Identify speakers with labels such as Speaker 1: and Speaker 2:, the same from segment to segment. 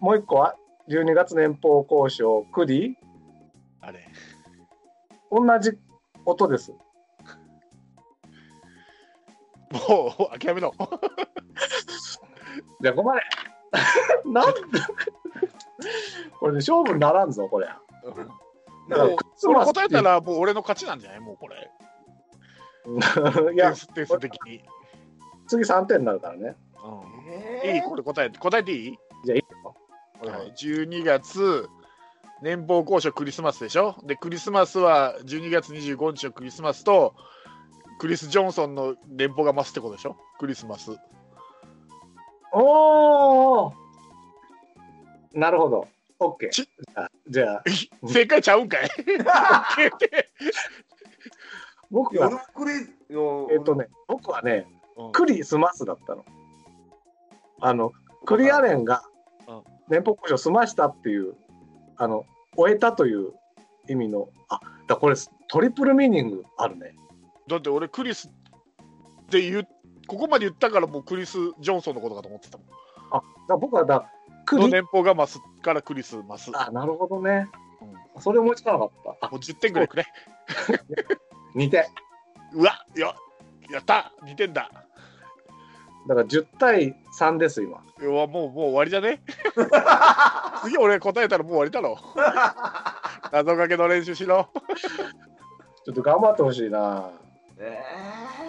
Speaker 1: もう一個は12月年俸交渉クリ
Speaker 2: あれ。
Speaker 1: 同じ音です
Speaker 2: もう、諦めろ。
Speaker 1: じゃあここまで なんでこれで勝負にならんぞこれだから
Speaker 2: もう
Speaker 1: クリス
Speaker 2: それ
Speaker 1: マスって
Speaker 2: 答えたら、もう俺の勝ちなんじゃないもうこれ。
Speaker 1: い
Speaker 2: 点
Speaker 1: や
Speaker 2: 数点数的に。
Speaker 1: 次3点になるからね
Speaker 2: うん
Speaker 3: え
Speaker 2: いいこれ答えて、答えていい
Speaker 1: じゃあいい
Speaker 2: 俺
Speaker 1: はい
Speaker 2: 12月、年俸交渉クリスマスでしょで、クリスマスは12月25日のクリスマスと、クリス・ジョンソンの年俸が増すってことでしょクリスマス。
Speaker 1: おおなるほど OK
Speaker 2: ち
Speaker 1: じゃあ
Speaker 2: 正解ちゃうんかい
Speaker 1: 僕
Speaker 3: 俺
Speaker 1: は
Speaker 3: もこれ、の
Speaker 1: えっとね僕はね
Speaker 2: うん
Speaker 1: クリスマスだったのあのクリアレンが
Speaker 2: うん
Speaker 1: 年俸交渉済ましたっていうあの終えたという意味のあだこれトリプルミーニングあるね
Speaker 2: だって俺クリスって言うここまで言ったからもうクリス・ジョンソンのことかと思ってたもん。
Speaker 1: だ僕はだク
Speaker 2: の
Speaker 1: リ
Speaker 2: 年俸が増すからクリス増す。も
Speaker 1: あなるほどね、それ思いつかなかったあ
Speaker 2: う10点ぐらいくれ。
Speaker 1: 2点
Speaker 2: うわよやった2点だ
Speaker 1: だから10対3です今
Speaker 2: うわもうもう終わりじ ゃね次俺答えたらもう終わりだろ。謎かけの練習しろ。
Speaker 1: ちょっと頑張ってほしいな
Speaker 3: え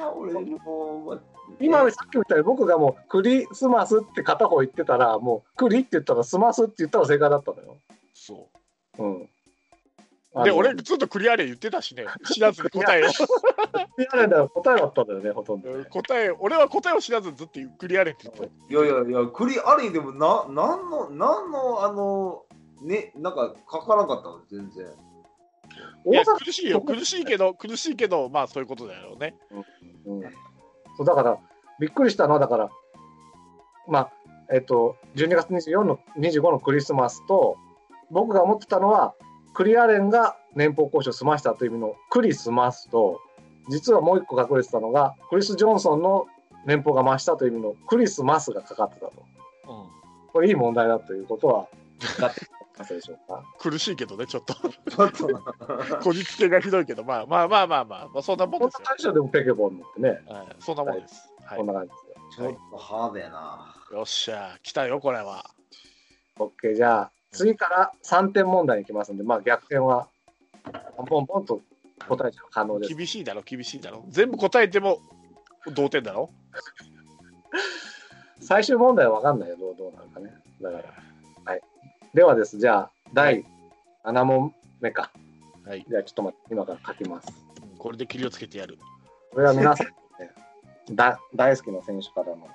Speaker 3: ー、俺もう、
Speaker 1: 今さっきみたいに僕がもうクリスマスって片方言ってたらもうクリって言ったらスマスって言ったら正解だったのよ
Speaker 2: そ
Speaker 1: うん
Speaker 2: う
Speaker 1: あ
Speaker 2: で
Speaker 1: の
Speaker 2: 俺ずっとクリアレン言ってたしね知らずに答えを。
Speaker 1: クリアレンだから答えだったんだよねほとんどね
Speaker 2: 答え俺は答えを知らずずっとクリアレンって言ってた。
Speaker 3: いやいやいや、クリアリンでもな、なんの、なんの、あの、ね、なんか書かなかったの、全然。
Speaker 2: い
Speaker 1: 大
Speaker 2: や
Speaker 1: 阪
Speaker 2: 苦しいよ苦しいけど苦しいけどまあそういうことだよね。
Speaker 1: うん、そうだからびっくりしたのはだからまあえっと12月24の25のクリスマスと僕が思ってたのはクリアレンが年俸交渉済ましたという意味のクリスマスと実はもう一個隠れてたのがクリス・ジョンソンの年俸が増したという意味のクリスマスがかかってたと
Speaker 2: うん
Speaker 1: これいい問題だということ は分かってましたでしょうか
Speaker 2: 苦しいけどねちょっと
Speaker 3: ちょっとな。
Speaker 2: こじつけがひどいけどまあまあまあまあまあ、まあ、そんなもん
Speaker 1: こん
Speaker 2: で
Speaker 1: な
Speaker 2: す
Speaker 1: 大
Speaker 2: よ
Speaker 1: 将でもペケボンってね、
Speaker 2: はいそんなもんです、はい
Speaker 1: こんな感じですよ
Speaker 3: ちょっとハードやな。
Speaker 2: よっしゃ来たよこれは
Speaker 1: OK じゃあ次から3点問題いきますんで、まあ、逆転はポンポンと答えちゃう可能です。
Speaker 2: 厳しいだろ厳しいだろ全部答えても同点だろ
Speaker 1: 最終問題は分かんないよどうどうなるかね。だから、はい、ではですじゃあ第7問目か。
Speaker 2: はい
Speaker 1: じゃあちょっと待って今から書きます。
Speaker 2: うんこれで切りをつけてやる
Speaker 1: これは皆さん、ね、 だ大好きな選手からの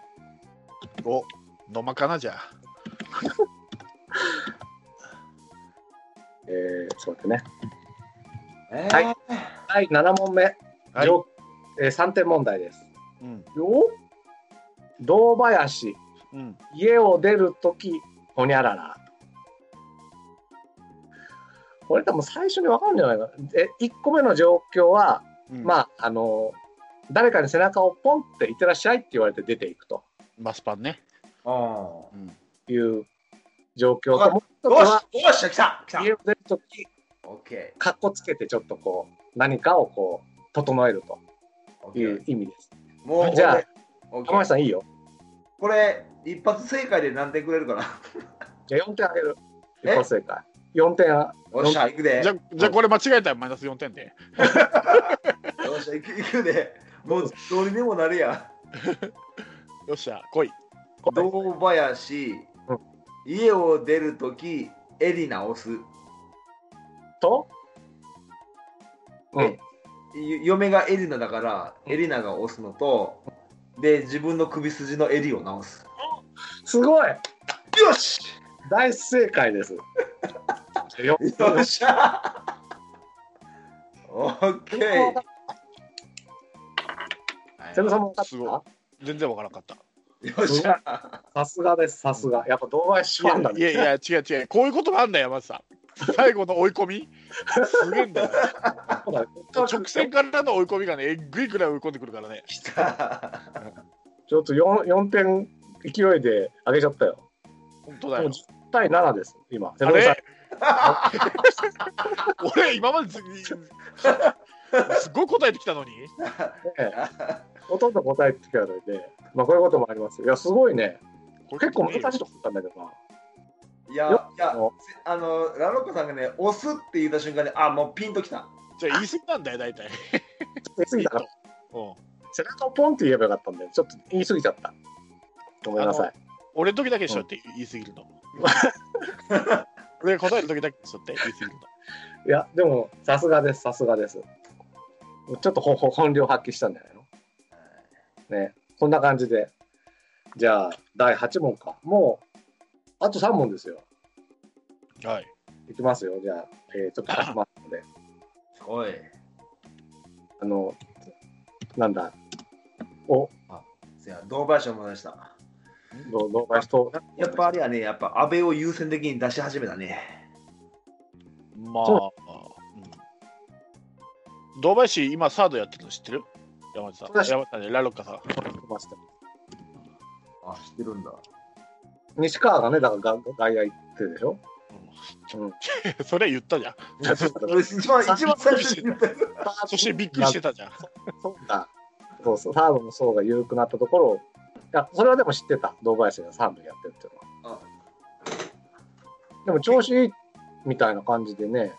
Speaker 2: おのまかなじゃあ
Speaker 1: えー、ちょっと待ってね。
Speaker 3: え
Speaker 1: はい第7問目、
Speaker 2: はい
Speaker 1: 上えー、3点問題です。
Speaker 2: うん
Speaker 1: よ堂林
Speaker 2: うん
Speaker 1: 家を出るとき、ほにゃらら。これ多分最初に分かるんじゃないかな。え、1個目の状況は、
Speaker 2: うん
Speaker 1: まあ、あの、誰かに背中をポンっていってらっしゃいって言われて出ていくと
Speaker 2: マスパンね、
Speaker 3: あ
Speaker 2: うん、
Speaker 1: いう状況
Speaker 3: はい
Speaker 1: と、もう
Speaker 3: あ。
Speaker 1: 一つは、
Speaker 3: よしよっしゃ、来た来た
Speaker 1: 家を出るとき、
Speaker 3: オッケ
Speaker 1: かっこつけてちょっとこう、何かをこう、整える
Speaker 3: ー。オッ
Speaker 1: と
Speaker 3: ケ
Speaker 1: い
Speaker 3: ー
Speaker 1: う。意味です。
Speaker 3: もう、
Speaker 1: じゃあ
Speaker 3: オッケー、
Speaker 1: 浜内さんいいよ。
Speaker 3: これ、一発正解で何点くれるかな。
Speaker 1: じゃあ4点あげる。
Speaker 3: え
Speaker 1: 一発正解。4点あ、
Speaker 3: よっしゃ、行くで。
Speaker 2: じゃじゃあこれ間違えたらマイナス4点で
Speaker 3: よっしゃ、行く行くで。もう、どうにでもなるや。
Speaker 2: よっしゃ来い
Speaker 3: 堂林、
Speaker 1: うん
Speaker 3: 家を出るとき、エリナ押す。
Speaker 1: と、うん
Speaker 3: え。ゆ嫁がエリナだから、エリナが押すのと、で、自分の首筋の襟を直す。
Speaker 1: すごい
Speaker 3: よし
Speaker 1: 大正解 です。よ
Speaker 3: よっしゃオッケー
Speaker 1: 瀬戸さんも分か
Speaker 2: すご
Speaker 1: っ
Speaker 2: 全然わからなかった
Speaker 3: よっしゃ
Speaker 1: たさすがです、さすが。やっぱ堂林ファンだ
Speaker 2: いや
Speaker 1: ね。
Speaker 2: いや違う違うこういうこともあんだよ山内さん最後の追い込みすげえんだよ
Speaker 1: そうだね
Speaker 2: 直線からの追い込みがねえっぐいぐらい追い込んでくるからね
Speaker 3: 来た
Speaker 1: ちょっと 4, 4点勢いで上げちゃったよ。
Speaker 2: 本当
Speaker 1: も
Speaker 2: だ
Speaker 1: う
Speaker 2: よ
Speaker 1: 10, 対7です、今。
Speaker 2: あれ俺、今までず すごい答えてきたのに。
Speaker 1: ええほとんど答えてきたので、まあ、こういうこともあります。いや、すごいね。
Speaker 2: これ
Speaker 1: 結構難しいと思ったんだけどな。
Speaker 3: いや、
Speaker 1: よ
Speaker 3: いや
Speaker 1: あの、
Speaker 3: あの、ラロッカさんがね、押すって言った瞬間に、あ、もうピンときた。
Speaker 2: じゃあ言い過ぎなんだよ、大体。
Speaker 1: ちょっと言い過ぎたから、
Speaker 2: うん
Speaker 1: 背中をポンって言えばよかったんで、ちょっと言い過ぎちゃった。ごめんなさい。
Speaker 2: 俺の時だけでしょって言い過ぎる の。俺が答える時だけでしょって言い過ぎるの。
Speaker 1: いや、でも、さすがです、さすがです。ちょっとほほ本領発揮したんじゃないのね、そんな感じで。じゃあ、第8問か。もう、あと3問ですよ。
Speaker 2: はい。
Speaker 1: いきますよ。じゃあ、えーちょっと書きますので。
Speaker 3: すごい。
Speaker 1: あの、なんだ、お、
Speaker 3: せや、堂林を思い出した。
Speaker 1: どどうか人、
Speaker 3: やっぱあれやね、やっぱ安倍を優先的に出し始めたね。
Speaker 2: まあ
Speaker 1: そ、
Speaker 2: うん。堂林、今サードやってるの知ってる山内さん。
Speaker 1: そうです
Speaker 2: 山内さんね、ラロッカさん。
Speaker 1: ました。
Speaker 3: あ、知ってるんだ。
Speaker 1: 西川がね、だからが外野行ってるでしょ。
Speaker 2: それ言ったじゃん。
Speaker 3: 俺、一番、一番最初に言った。
Speaker 2: そしてびっくりしてたじゃん。
Speaker 1: そうか。そうそう、サードの層が緩くなったところを、いや、それはでも知ってた、堂林がサードやってるっていうのは。でも調子いいみたいな感じでね、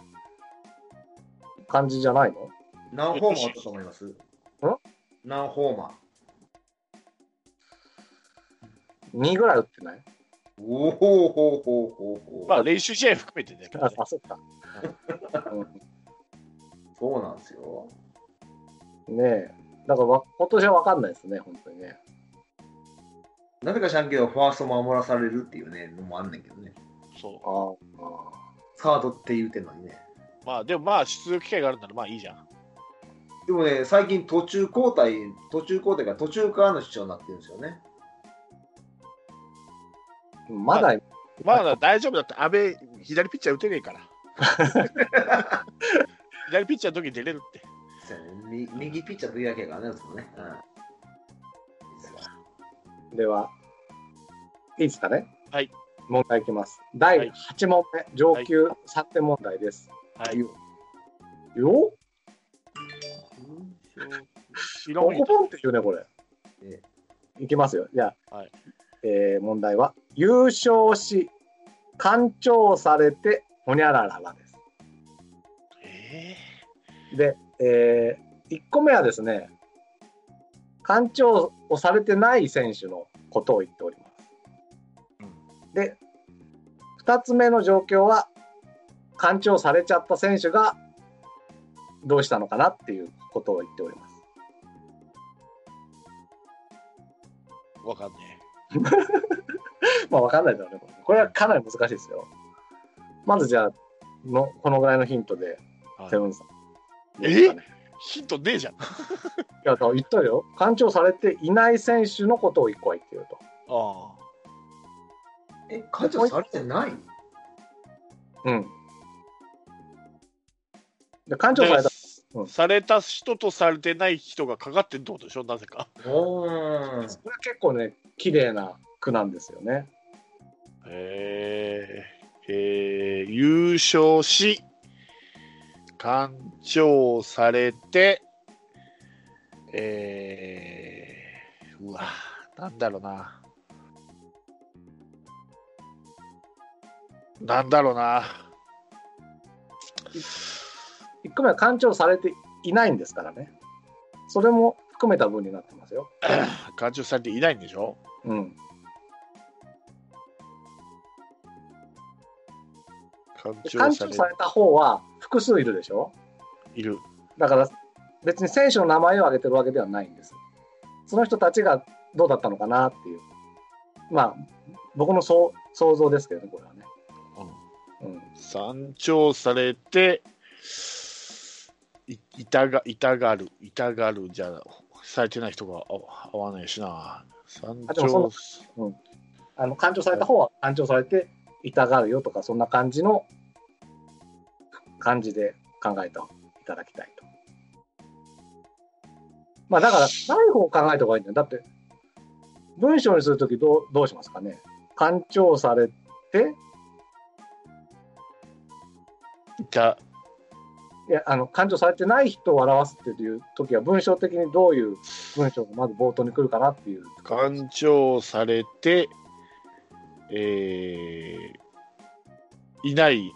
Speaker 1: 感じじゃないの
Speaker 3: 何ホーマーあったと思いますん何ホーマ
Speaker 1: ?2 ぐらい打ってない
Speaker 3: ーおほほほほほ
Speaker 2: まあ練習試合含めてね。
Speaker 1: あ、あそっか。
Speaker 3: そうなんですよ。
Speaker 1: うん、ねえ。だからわ今年は分かんないですね、本当にね。
Speaker 3: なぜか知らんけど、ファースト守らされるっていうね、のもあんねんけどね。
Speaker 2: そ
Speaker 1: あーあ
Speaker 3: サードって言うてんのにね。
Speaker 2: う。まあでもまあ出場機会があるならまあいいじゃん。
Speaker 3: でもね、最近途中交代、途中交代が途中からの主張になってるんですよね。
Speaker 1: ー。まだ、
Speaker 2: まだ大丈夫だって、安倍、左ピッチャー打てねえから。 左ピッチャーの時に出れるって。
Speaker 3: そうやねみ右ピッチャーというわけやからね、そのね。うん
Speaker 1: では、いいですかね。
Speaker 2: はい。
Speaker 1: 問題いきます。第8問目、上級3点問題です。
Speaker 2: はい。
Speaker 1: よポ
Speaker 2: いろん
Speaker 1: コポンって言うね、これ。
Speaker 3: え
Speaker 1: いきますよ。じゃあ、
Speaker 2: はい
Speaker 1: えー問題は、優勝し、干潮されて、ほにゃらららで
Speaker 2: え
Speaker 1: す。で、え1個目はですね、干潮をされてない選手のことを言っております。で、2つ目の状況は、干潮されちゃった選手がどうしたのかなっていうことを言っております。
Speaker 2: ーわかんね
Speaker 1: まあ、わかんないだろうね。これこれはかなり難しいですよ。まずじゃあ、のこのぐらいのヒントで、
Speaker 2: え。はい
Speaker 1: セブンさん。
Speaker 2: え
Speaker 1: どうですかね
Speaker 2: ヒントねえじゃん。あ
Speaker 1: いや、だから言ったよ。干潮されていない選手のことを一個は言っていると。
Speaker 2: あ。
Speaker 3: え、会長されてない
Speaker 1: うん。で、干潮された
Speaker 2: で。
Speaker 1: うん
Speaker 2: された人とされてない人がかかってんってことでしょ、なぜか。
Speaker 3: お
Speaker 1: こ
Speaker 3: ー
Speaker 1: れは結構ね、綺麗な句なんですよね。
Speaker 2: えー、えー、優勝し、干潮されて、えー、うわ、なんだろうな。なんだろうな。
Speaker 1: 一個目は干潮されていないんですからね。それも含めた分になってますよ。
Speaker 2: 干潮されていないんでしょ
Speaker 1: うん。
Speaker 2: 干
Speaker 1: で
Speaker 2: 潮
Speaker 1: 干
Speaker 2: さ
Speaker 1: 潮
Speaker 2: れ
Speaker 1: された方は複数いるでしょ。
Speaker 2: いる。
Speaker 1: だから別に選手の名前を挙げてるわけではないんです。その人たちがどうだったのかなっていう。まあ、僕の想想像ですけどね、これはね。
Speaker 2: うん
Speaker 1: うん、
Speaker 2: 山頂されて、い痛が、痛がる、痛がるじゃ、されてない人があ合わないしな。山
Speaker 1: あでも
Speaker 2: 頂、
Speaker 1: あの、干潮された方は干潮されて痛がるよとか、そんな感じの感じで考えていただきたいと。まあ、だから、ない方を考えた方がいいんだよ。だって、文章にするときどうどうしますかね。干潮されて
Speaker 2: が
Speaker 1: いやあの感情されてない人を表すっていう時は文章的にどういう文章がまず冒頭に来るかなっていう
Speaker 2: 干潮されて、えーいない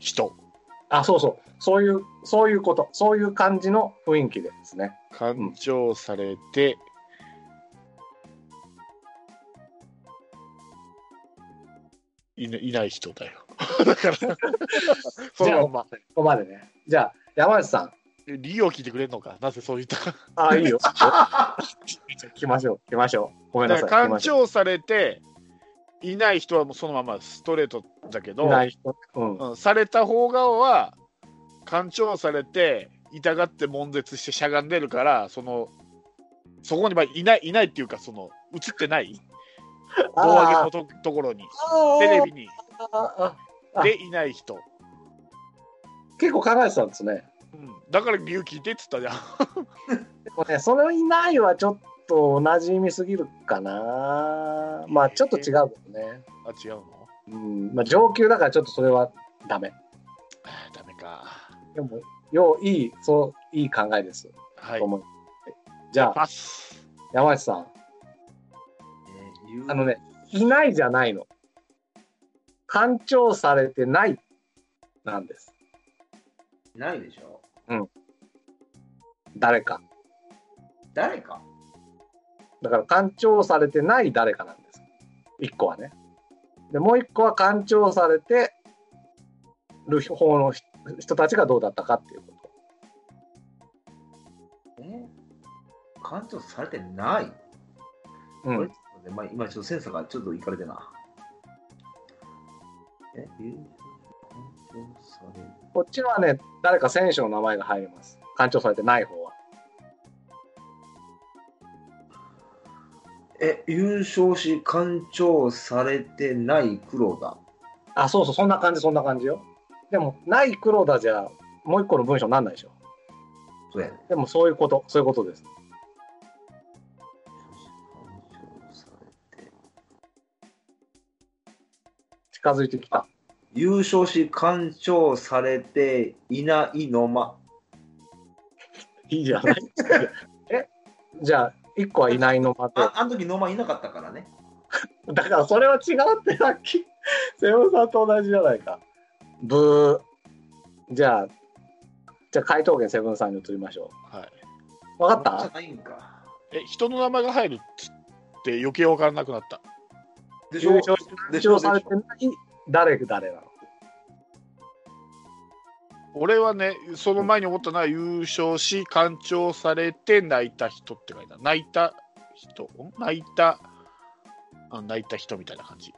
Speaker 2: 人
Speaker 1: あそうそうそういうそういうことそういう感じの雰囲気でですね
Speaker 2: 干潮されて、いないない人だよ だからそ
Speaker 1: じゃあ
Speaker 2: の
Speaker 1: こ
Speaker 2: まま
Speaker 1: こまでねじゃあ山内さん
Speaker 2: 理由を聞いてくれるのかなぜそう言ったか
Speaker 1: あい いよ来ましょう来ましょうごめんな
Speaker 2: だ
Speaker 1: さい
Speaker 2: から
Speaker 1: 来ま
Speaker 2: 干
Speaker 1: しょ
Speaker 2: 潮されていない人はもうそのままストレートだけ
Speaker 1: う
Speaker 2: ど
Speaker 1: いない人うん
Speaker 2: うんされた方側は干潮されて痛がって悶絶してしゃがんでるからそのそこにまあいないいないっていうかその映ってない胴上げのとところにテレビに
Speaker 1: あーああ
Speaker 2: でいない人、
Speaker 1: 結構考えてたんですね
Speaker 2: うん、だから理由聞いてっつったじゃん
Speaker 1: でもねそのいないはちょっと同じ意味すぎるかなまあちょっと違うけどね、
Speaker 2: あ違うの
Speaker 1: うんまあ、上級だからちょっとそれはダメ
Speaker 2: あーダメか
Speaker 1: でもよういいそういい考えです、
Speaker 2: はい
Speaker 1: と思いじゃあ
Speaker 2: パス
Speaker 1: 山内さん
Speaker 3: 言う
Speaker 1: あのねいないじゃないの干潮されてないなんです
Speaker 3: ないでしょ
Speaker 1: 誰か
Speaker 3: 誰か
Speaker 1: だから干潮されてない誰かなんです。一個はね。で、もう一個は干潮されてる方の人人たちがどうだったかっていうこ
Speaker 3: え干潮されてない、
Speaker 1: と。うん。
Speaker 3: まあ、今ちょっとセンサーがちょっといかれてなえ言う干潮され
Speaker 1: こっちはね、誰か選手の名前が入ります。干潮されてない方は。
Speaker 3: え優勝し干潮されてない黒田
Speaker 1: あ、そうそう、そんな感じ、そんな感じよ。でも、ない黒田じゃ、もう一個の文章になんないでしょ。
Speaker 3: そうやね
Speaker 1: でも、そういうこと、そういうことです。
Speaker 3: 干潮されて
Speaker 1: 近づいてきた。
Speaker 3: 優勝し干潮されていないのま
Speaker 1: いいじゃない えじゃあ、一個はいないのまで。
Speaker 3: ああの時のまいなかったからね
Speaker 1: だからそれは違うってさっきセブンさんと同じじゃないか。ブー。じゃあ、じゃあ回答権セブンさんに移りましょ。
Speaker 2: はいう
Speaker 1: わか
Speaker 3: じゃ
Speaker 1: っ
Speaker 3: ないんか
Speaker 2: え人の名前が入るっつって余計分からなくなった
Speaker 3: で
Speaker 1: た
Speaker 3: しょ
Speaker 1: 優勝
Speaker 3: でし
Speaker 1: 優
Speaker 3: ょ
Speaker 1: 勝されてない誰が誰なの
Speaker 2: 俺はねその前に思ったのは優勝し完潮されて泣いた人って書いた泣いた人ん泣いたあ泣いた人みたいな感じ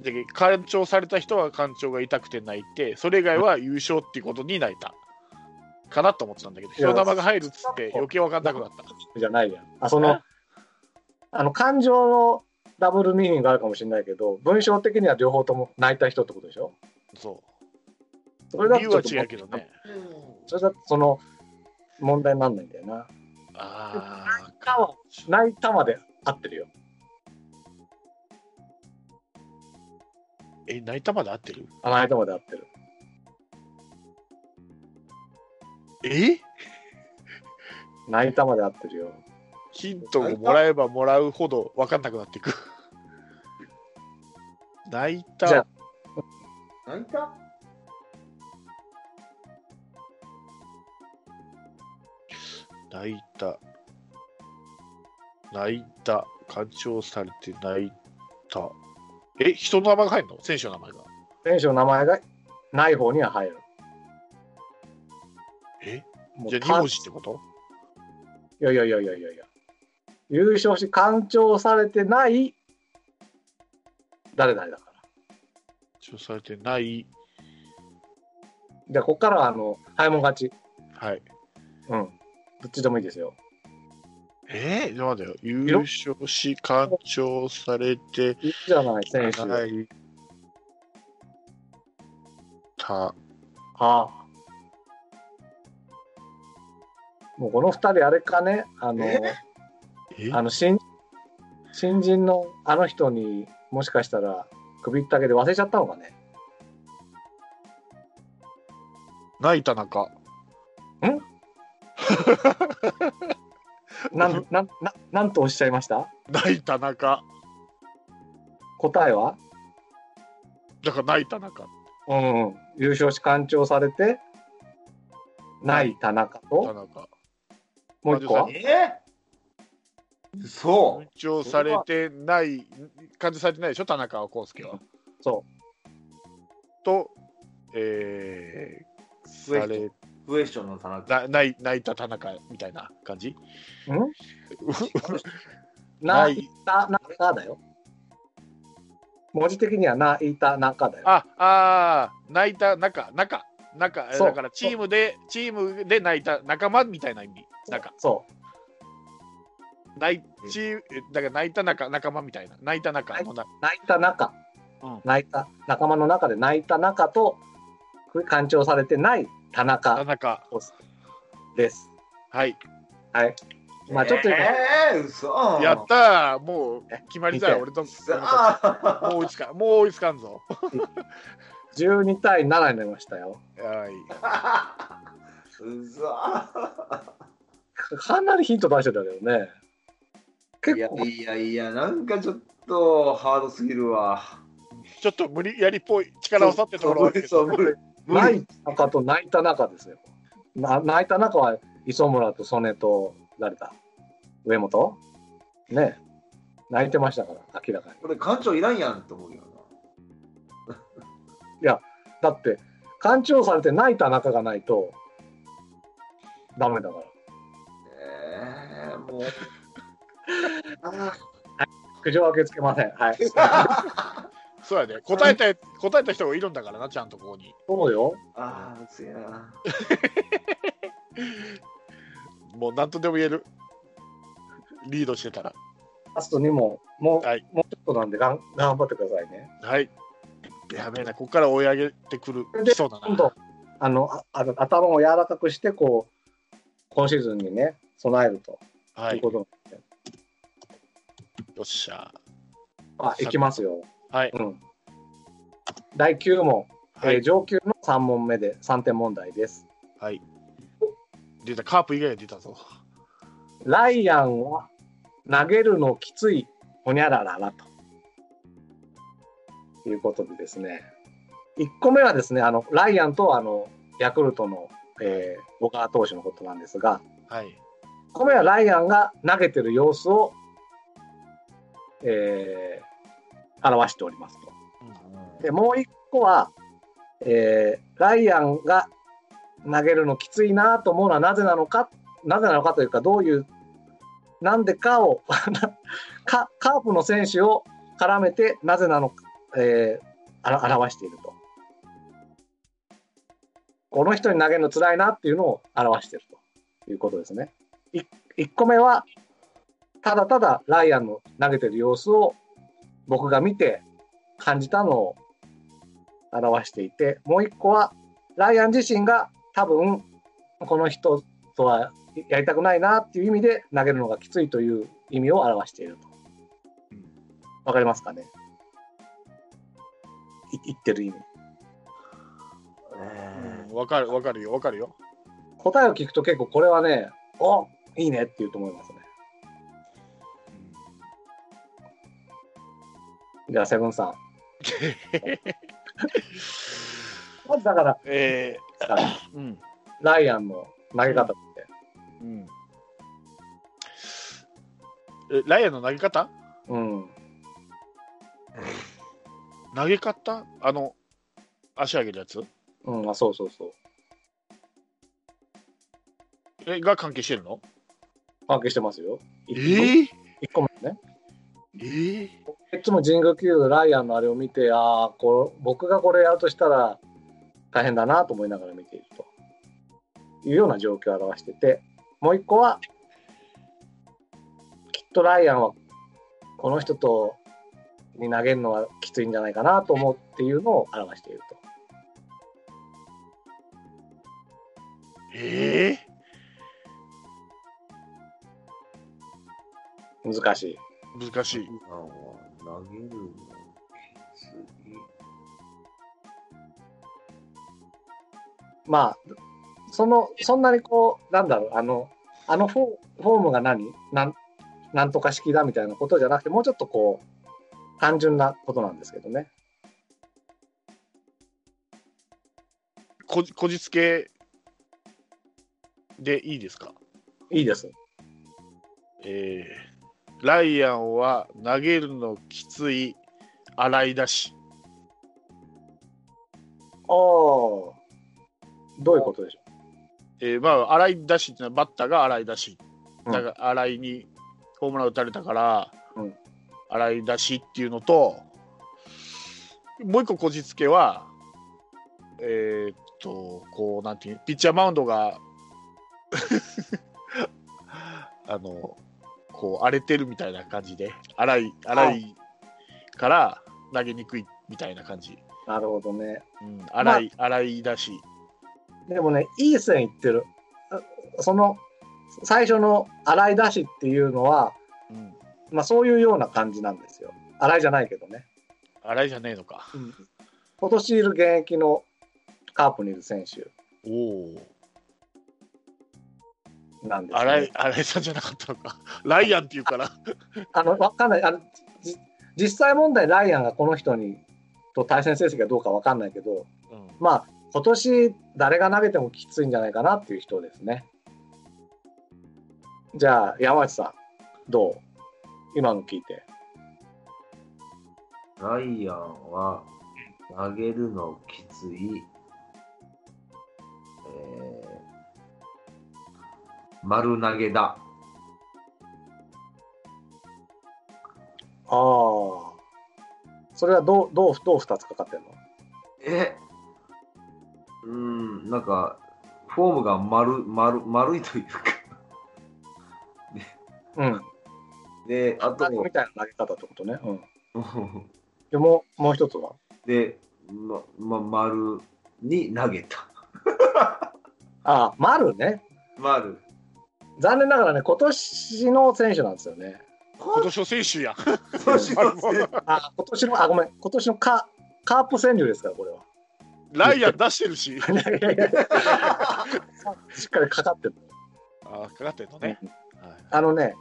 Speaker 2: で完潮された人は完潮が痛くて泣いてそれ以外は優勝っていうことに泣いたかなと思ってたんだけど
Speaker 1: いや
Speaker 2: 人の名前が入るっつって余計分かんなくなった
Speaker 1: じゃないじゃん。あ、その、あの、感情のダブルミーニングがあるかもしれないけど、文章的には両方とも泣いた人ってことでしょ
Speaker 2: そ
Speaker 1: そうれだ
Speaker 2: 理
Speaker 1: と
Speaker 2: 由
Speaker 1: ちょ
Speaker 2: は
Speaker 1: っと
Speaker 2: 違うけどね
Speaker 1: それだとその問題になんないんだよな。
Speaker 2: あ
Speaker 1: かは
Speaker 2: あ
Speaker 1: 泣いたまで合ってるよ。
Speaker 2: え泣いたまで合ってる
Speaker 1: あ泣いたまで合ってる。
Speaker 2: え
Speaker 1: 泣いたまで合ってるよ。
Speaker 2: ヒントをもらえばもらうほど分かんなくなっていく。 泣い
Speaker 1: じゃあ
Speaker 2: た、
Speaker 3: 泣いた
Speaker 2: 泣いた、泣いた、干潮されて泣いた。え、人の名前が入るの選手の名前が。
Speaker 1: 選手の名前がない方には入る。
Speaker 2: え
Speaker 1: も
Speaker 2: じゃ
Speaker 1: う
Speaker 2: あ2
Speaker 1: か
Speaker 2: 文字ってこと
Speaker 1: いやいやいやいやいやいや。優勝し、干潮されてない、誰々だから。
Speaker 2: 干潮されてない。
Speaker 1: じゃあ、ここからは、あの、早もん勝ち。
Speaker 2: はい。
Speaker 1: うん。どっちでもいいですよ。
Speaker 2: えー、なんだよ。優勝し、干潮されて
Speaker 1: いいじゃない、選手。
Speaker 2: な
Speaker 1: はい
Speaker 2: た。
Speaker 1: あ。もうこの二人、あれかね、あの、
Speaker 3: え
Speaker 2: え
Speaker 1: あの新、新人のあの人にもしかしたら、首ったけで忘れちゃったのかね。
Speaker 2: ない田中。
Speaker 1: なん、なん、ななんとおっしゃいました
Speaker 2: ない田中。
Speaker 1: 答えは
Speaker 2: だからない田中。
Speaker 1: うん、うん、優勝し干潮されて、ない田中
Speaker 2: 田
Speaker 1: と、
Speaker 2: 中。
Speaker 1: もう一個は
Speaker 2: 感
Speaker 3: えー、そ
Speaker 2: 緊張されてない、感じされてないでしょ、田中康介は。
Speaker 1: そ
Speaker 2: と、え
Speaker 3: う。
Speaker 2: ー、され
Speaker 3: クエスチョンの田中。
Speaker 2: なない泣いた田中みたいな感じ
Speaker 1: う。ん
Speaker 2: な
Speaker 1: ないいた中だよ。文字的にはないた中だよ。
Speaker 2: ああー泣いた中中中え
Speaker 1: そう
Speaker 2: だからチームでチームで泣いた仲間みたいな意味中
Speaker 1: そう。
Speaker 2: 泣いチームえだから泣いた仲仲間みたいな泣いた仲のな
Speaker 1: 泣いた中、
Speaker 2: うん
Speaker 1: 泣いた仲間の中で泣いた中と干潮されてない田
Speaker 2: 田
Speaker 1: 中
Speaker 2: 中
Speaker 1: です。
Speaker 2: はい
Speaker 1: はい。まあちょっと今、
Speaker 3: えー、嘘。
Speaker 2: やったーもう決まりだよ
Speaker 1: 見て
Speaker 2: 俺とも
Speaker 3: あ
Speaker 2: う追いつかんもう追いつかんぞ
Speaker 1: 12対7になりましたよ。
Speaker 2: はい
Speaker 3: あ。嘘。
Speaker 1: かなりヒント出してたけどね。
Speaker 3: い
Speaker 1: 結
Speaker 3: や
Speaker 1: 構
Speaker 3: いやいや、なんかちょっとハードすぎるわ。
Speaker 2: ちょっと無理やりっぽい力を去ってるところはあるけ
Speaker 3: そ
Speaker 2: ど
Speaker 3: う無理無
Speaker 1: な
Speaker 3: 理。
Speaker 1: い中と泣いた中ですよ。な泣いた中は磯村と曽根と誰だ上本ねえ泣いてましたから明らかに。
Speaker 3: これ館長いらんやんと思うよ
Speaker 1: だって勘違いされて泣いた中がないとダメだから。
Speaker 3: な。えー、もう。あ
Speaker 1: 苦情は受け付けません。はい。
Speaker 3: ー
Speaker 2: そうやで答えた答えた人がいるんだからなちゃんとここに
Speaker 1: そうよ。
Speaker 3: あー、せやな。
Speaker 2: もう何とでも言えるリードしてたら
Speaker 1: ラストにも、もう、
Speaker 2: はい
Speaker 1: もうちょっとなんでがん頑張ってくださいね。
Speaker 2: はい。やべえな、ここから追い上げてくる
Speaker 1: それ、で
Speaker 2: 来そうだ
Speaker 1: どん
Speaker 2: な
Speaker 1: どん。あのああの頭を柔らかくして、こう、今シーズンにね、備えると、
Speaker 2: はいいう
Speaker 1: こと。
Speaker 2: よっしゃ。
Speaker 1: あ、いきますよ。
Speaker 2: はい。
Speaker 1: うん。第9問、
Speaker 2: は
Speaker 1: えー
Speaker 2: い。
Speaker 1: 上級の3問目で3点問題です。
Speaker 2: はい、出た、カープ以外が出たぞ。
Speaker 1: ライアンは投げるのきつい、ほにゃらららと。いうことでですね。1個目はですね、あの、ライアンとあの、ヤクルトの、えー、小川投手のことなんですが、
Speaker 2: はい。
Speaker 1: 1個目はライアンが投げてる様子を、えー表しておりますと。でもう一個は、えーライアンが投げるのきついなと思うのはなぜなのかなぜなのかというかどういうなんでかを かカープの選手を絡めてなぜなのか、えーあら表しているとこの人に投げるのつらいなっていうのを表しているということですねい1個目はただただライアンの投げてる様子を僕が見て感じたのを表していてもう一個はライアン自身が多分この人とはやりたくないなっていう意味で投げるのがきついという意味を表していると
Speaker 2: うん。
Speaker 1: わかりますかねい言ってる意味。
Speaker 3: え
Speaker 2: わかる、わかるよ、わかるよ。
Speaker 1: 答えを聞くと結構これはね、おいいねって言うと思いますね。じゃあセブンさん。まずだから
Speaker 2: えー、うん。
Speaker 1: ライアンの投げ方って。
Speaker 2: うん。えライアンの投げ方
Speaker 1: うん。
Speaker 2: 投げ方あの、足上げるやつ
Speaker 1: うん、あそうそうそう。
Speaker 2: えが関係してるの
Speaker 1: 関係してますよ。
Speaker 2: え
Speaker 1: 1
Speaker 2: ー、
Speaker 1: 個目ね。
Speaker 2: えー、
Speaker 1: いつも神宮球場でライアンのあれを見て、ああ、こう僕がこれやるとしたら大変だなと思いながら見ているというような状況を表してて、もう一個は、きっとライアンはこの人とに投げるのはきついんじゃないかなと思うっていうのを表していると。
Speaker 2: え
Speaker 1: 難しい。
Speaker 2: ー、難しい。
Speaker 3: ー、投げるのきつい。
Speaker 1: まあ、その、そんなにこう、なんだろう、あの、あのフォーフォームが何なん、なんとか式だみたいなことじゃなくて、もうちょっとこう、単純なことなんですけどね。
Speaker 2: こじこじつけでいいですか
Speaker 1: いいです。
Speaker 2: えー、ライアンは投げるのきつい洗い出し
Speaker 1: ああ、どういうことでしょ
Speaker 2: えーまあ洗い出しってのはバッターが洗い出し
Speaker 1: うん
Speaker 2: だから洗いにホームラン打たれたから、
Speaker 1: うん
Speaker 2: 洗い出しっていうのともう一個こじつけはえーっとこうなんていうピッチャーマウンドが あのこう荒れてるみたいな感じで荒い荒いから投げにくいみたいな感じ、
Speaker 1: う。なるほどね。
Speaker 2: うん、荒い荒い出し
Speaker 1: でもね、いい線いってる。あその、最初の洗い出しっていうのは、
Speaker 2: うん
Speaker 1: まあそういうような感じなんですよ。洗いじゃないけどね。
Speaker 2: 荒いじゃねえのか
Speaker 1: 今年いる現役のカープにいる選手
Speaker 2: おお
Speaker 1: なんです、
Speaker 2: 新井新井さんじゃなかったのか、ライアンっていうから、
Speaker 1: あの、わかんない。あの、じ実際問題、ライアンがこの人に、と対戦成績がどうかわかんないけど、まあ、今年誰が投げてもきついんじゃないかなっていう人ですね。じゃあ、山内さん、どう今の聞いて。
Speaker 3: ライアンは投げるのきつい、えー、丸投げだ。
Speaker 1: ああ。それはどう、どう、どう2つかかってんの
Speaker 3: えうーん、なんか、フォームが丸、丸、丸いというか。
Speaker 1: うん。
Speaker 3: で、あと、
Speaker 1: みたいな投げ方ってことね。うん。
Speaker 3: うん
Speaker 1: でもう、もう一つは
Speaker 3: で、ま、ま、丸に投げた。
Speaker 1: ああ、丸ね。
Speaker 3: 丸。
Speaker 1: 残念ながらね、今年の選手なんですよね。
Speaker 2: 今年の選手やん、
Speaker 3: 今年のせい
Speaker 1: あ、今年の、あ、ごめん、今年のカカープ川柳ですから、これは。
Speaker 2: ライアン出してるし、
Speaker 1: いやいやいやしっかりかかってる。
Speaker 2: あーかかってんのね、はい
Speaker 1: あのね、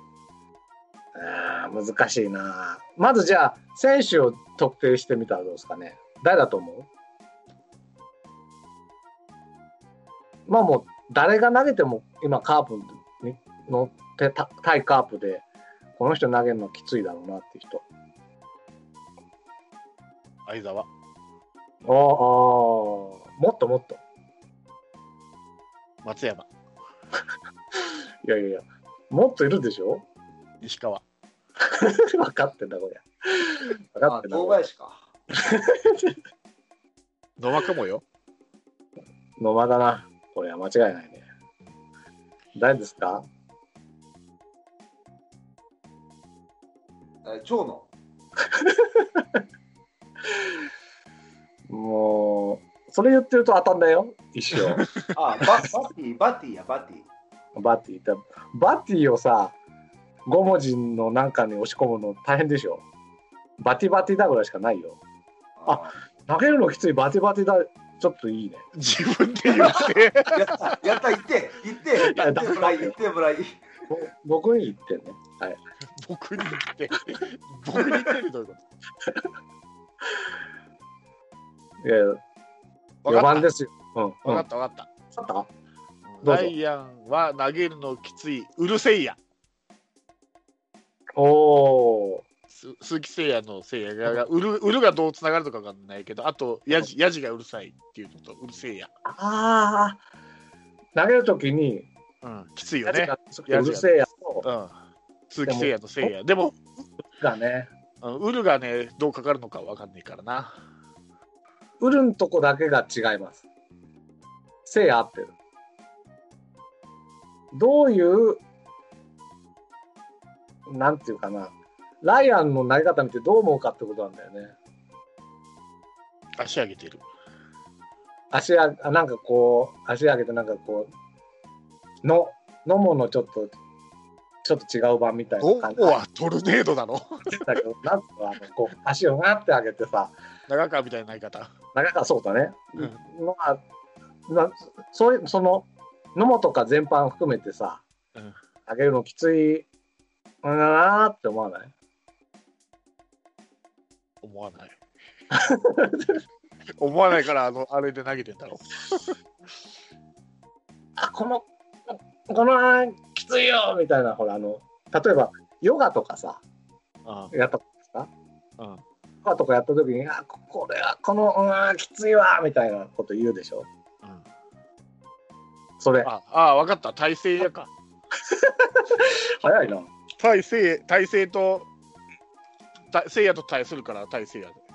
Speaker 1: あー難しいな。まずじゃあ、選手を特定してみたらどうですかね。誰だと思うまあもう、誰が投げても、今、カープにのてた対カープで、この人投げるのきついだろうなっていう人。
Speaker 2: 相沢、
Speaker 1: ああ、もっともっと。
Speaker 2: 松山、
Speaker 1: いやいやいや、もっといるでしょ
Speaker 2: 西川、
Speaker 1: 分かってんだ、こりゃ。分か
Speaker 3: あ
Speaker 1: ってんだ
Speaker 3: 東
Speaker 1: こりゃ。
Speaker 3: 林か。
Speaker 2: 野間かもよ、
Speaker 1: 野間だな。これは間違いないね。誰ですか
Speaker 3: え長野。
Speaker 1: もう、それ言ってると当たんだよ。一生。
Speaker 3: あ、ババッティ、バッティや、バッティ。
Speaker 1: バッティだバッティをさ、5文字のなんかに押し込むの大変でしょ。バティバティだぐらいしかないよ。あ投げるのきついバティバティだ。ちょっといいね。
Speaker 2: 自分で言って、
Speaker 3: やった、やった、行って、行って、行ってもらい、行ってもらい。
Speaker 1: ぼ僕に言ってね。はい。
Speaker 2: 僕に言って、僕に言ってるどういうこ
Speaker 1: いや
Speaker 2: と、
Speaker 1: 4
Speaker 2: わか
Speaker 1: 番
Speaker 2: った
Speaker 1: ですよ。うん。
Speaker 2: わ
Speaker 1: うん
Speaker 2: かった、わかった、
Speaker 1: 勝ったどうぞ
Speaker 2: ライアンは投げるのきつい、うるせいや、
Speaker 1: おー。
Speaker 2: す鈴木誠也のせいやが、うるうるがどうつながるのかわかんないけど、あと、やじやじがうるさいっていうのと、うるせいや、
Speaker 1: ああ。投げるときに、
Speaker 2: うん、きついよ
Speaker 1: やじ
Speaker 2: ね、
Speaker 1: がうるせえやと、
Speaker 2: うん、鈴木誠也のせいや、でも、
Speaker 1: がね、
Speaker 2: あのウルがね、どうかかるのかわかんないからな。
Speaker 1: ウルんとこだけが違います。せいや合ってる。どういう、なんていうかな、ライアンの投げ方見てどう思うかってことなんだよね。
Speaker 2: 足上げてる。
Speaker 1: 足や、あなんかこう、足上げてなんかこう、の、のものちょっと、ちょっと違う版みたい
Speaker 2: ゴ
Speaker 1: な
Speaker 2: ー
Speaker 1: 感
Speaker 2: ゴはトルネードなの
Speaker 1: じだけど、なんつうの、あのこう足をガーって上げてさ、
Speaker 2: 長川みたいな言い方。
Speaker 1: 長川そうだね、
Speaker 2: う
Speaker 1: のがなそういうその野茂とか全般含めてさ、
Speaker 2: うん
Speaker 1: あげるのきついなーって思わない
Speaker 2: 思わない。 思わないから、あの、あれで投げてんだろ
Speaker 1: あこのこのあーきついよみたいなほらあの例えばヨガとかさ
Speaker 2: う。あ
Speaker 1: やった時さ
Speaker 2: あ、うん。
Speaker 1: ヨガとかやった時にあここれはこのうーんきついわみたいなこと言うでしょ
Speaker 2: うん、
Speaker 1: それ
Speaker 2: ああ、分かった。体勢やか。
Speaker 1: 早いな
Speaker 2: 体勢、体勢と、体勢やと対するから、体勢やで。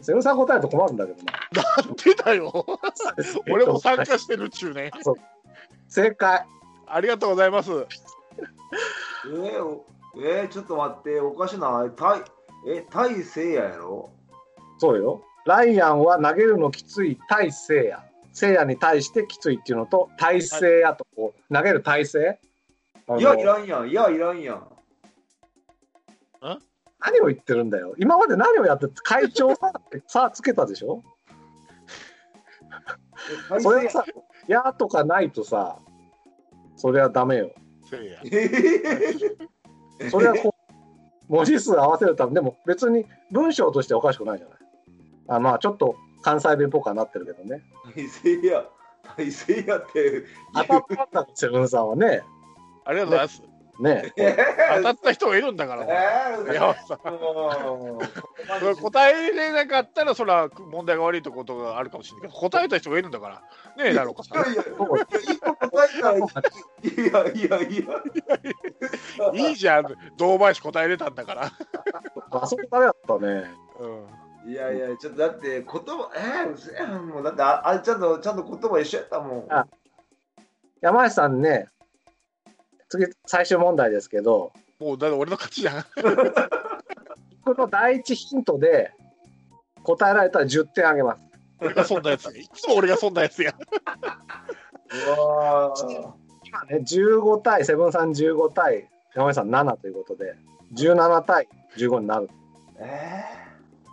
Speaker 1: セブさん答えると困るんだけどな
Speaker 2: なんでだよ。 俺も参加してる中ね。
Speaker 1: 正解
Speaker 2: ありがとうございます。
Speaker 3: えー、おえー、ちょっと待って、おかしない。たいえ、大聖ややろ
Speaker 1: そうよ。ライアンは投げるのきつい対聖や。聖やに対してきついっていうのと、体勢やとこう、投げる体勢あの
Speaker 3: いや、いらんやん。いや、いらんやん。
Speaker 1: 何を言ってるんだよ。今まで何をやって、会長さんってさ、つけたでしょ
Speaker 3: え大
Speaker 1: そ
Speaker 3: 聖
Speaker 1: れ
Speaker 3: や
Speaker 1: さ、やとかないとさ、それはダメよ。
Speaker 2: せいや。
Speaker 3: えー
Speaker 1: それはこう、 文字数合わせるため、でも別に文章としてはおかしくないじゃない。あまあ、ちょっと関西弁っぽくはなってるけどね。
Speaker 3: 大聖や。大聖やって。
Speaker 1: 当たったんだ、セブンさんはね。
Speaker 2: ありがとうございます。
Speaker 1: ね
Speaker 3: え
Speaker 2: 当た
Speaker 3: ー
Speaker 2: った人がいるんだから。
Speaker 3: え
Speaker 2: 山本さん
Speaker 3: ー、も
Speaker 2: それ
Speaker 3: う。
Speaker 2: 答えれなかったら、そら問題が悪いってことがあるかもしれないけど、答えた人がいるんだから。ねえ、だろうか
Speaker 3: いやいや、
Speaker 1: どこ
Speaker 3: 一個答えたらいいやいやい や。
Speaker 2: いいじゃん、堂林答えれたんだから。
Speaker 1: あそこダメだったね。
Speaker 2: うん。
Speaker 3: いやいや、ちょっとだって言葉、えー、うせやん。もうだってあ、あちゃんと、ちゃんと言葉一緒やったもん。
Speaker 1: あ山内さんね、次、最終問題ですけど、
Speaker 2: もう、だって俺の勝ちじゃん。
Speaker 1: この第一ヒントで答えられたら10点あげます。
Speaker 2: 俺が損なやつ。いつも俺が損なやつや。
Speaker 3: うわー
Speaker 1: 今ね、15対、セブンさん15対、山内さん7ということで、17対15になる。
Speaker 3: え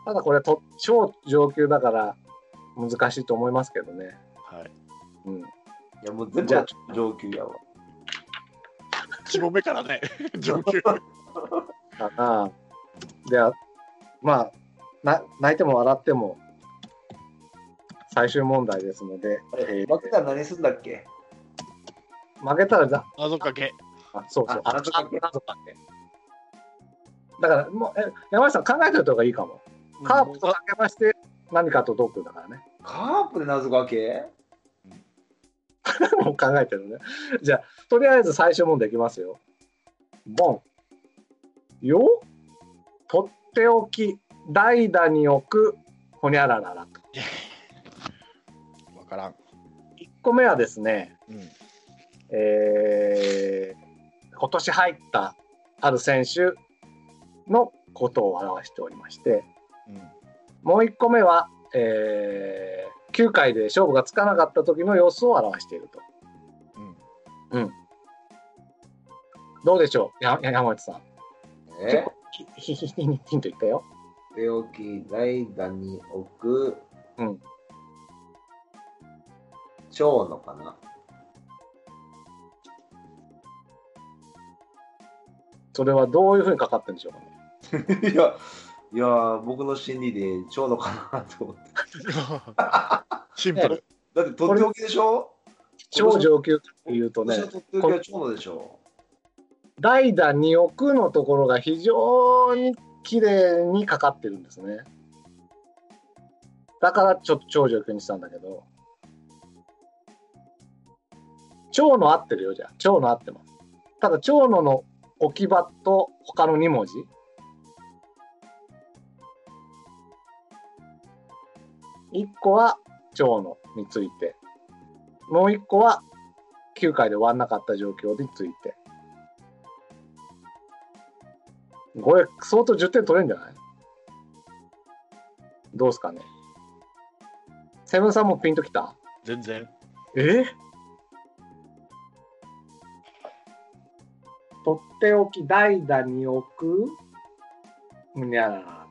Speaker 1: ただこれと、超上級だから難しいと思いますけどね。
Speaker 2: はい。
Speaker 1: うん。
Speaker 3: ー、いやもう全
Speaker 1: じゃ
Speaker 3: 部上級やわ。
Speaker 2: 一問目からね、上級。
Speaker 1: かな。では、まあ、な泣いても笑っても、最終問題ですので、
Speaker 3: あ
Speaker 1: え
Speaker 3: れ
Speaker 1: ー
Speaker 3: 負けたら何すんだっけ
Speaker 1: 負けたらざ
Speaker 2: 謎かけ。
Speaker 1: あ、そうそう。
Speaker 3: あ謎かけ
Speaker 1: 謎かけだから、もう、え山内さん考えておいた方がいいかも。カープとかけまして、何かとドッグだからね。
Speaker 3: カープで謎かけ
Speaker 1: もう考えてるね。じゃあ、とりあえず最初問題いきますよ。ボン。よとっておき、代打に置く、ほにゃらららと。
Speaker 2: わからん。
Speaker 1: 1個目はですね、
Speaker 2: うん。
Speaker 1: えー今年入ったある選手のことを表しておりまして、
Speaker 2: うん。
Speaker 1: もう1個目は、え9回で勝負がつかなかった時の様子を表していると。
Speaker 2: うん。
Speaker 1: どうでしょう、やや山内さん。
Speaker 3: え
Speaker 1: ひひひひにヒント言ったよ。
Speaker 3: 手置き代打に置く。
Speaker 1: うん。
Speaker 3: 長野かな。
Speaker 1: それはどういうふうにかかってるんでしょうかね。
Speaker 3: いや、いやー、僕の心理で長野かなと思って。
Speaker 2: シンプル。
Speaker 3: だって、とっておきでしょ
Speaker 1: 超上級っていうと
Speaker 3: 今
Speaker 1: ね
Speaker 3: 年の、とっておきは長野でしょ
Speaker 1: 代打に置くのところが非常に綺麗にかかってるんですね。だからちょっと超上級にしたんだけど。蝶の合ってるよじゃあ。蝶の合ってます。ただ蝶野の置き場と他の2文字。1個は蝶野について。もう1個は9回で終わんなかった状況について。これ、相当10点取れるんじゃないどうすかね。セブンさんもピンときた
Speaker 2: 全然。
Speaker 1: えとっておき代打に置くむにゃらら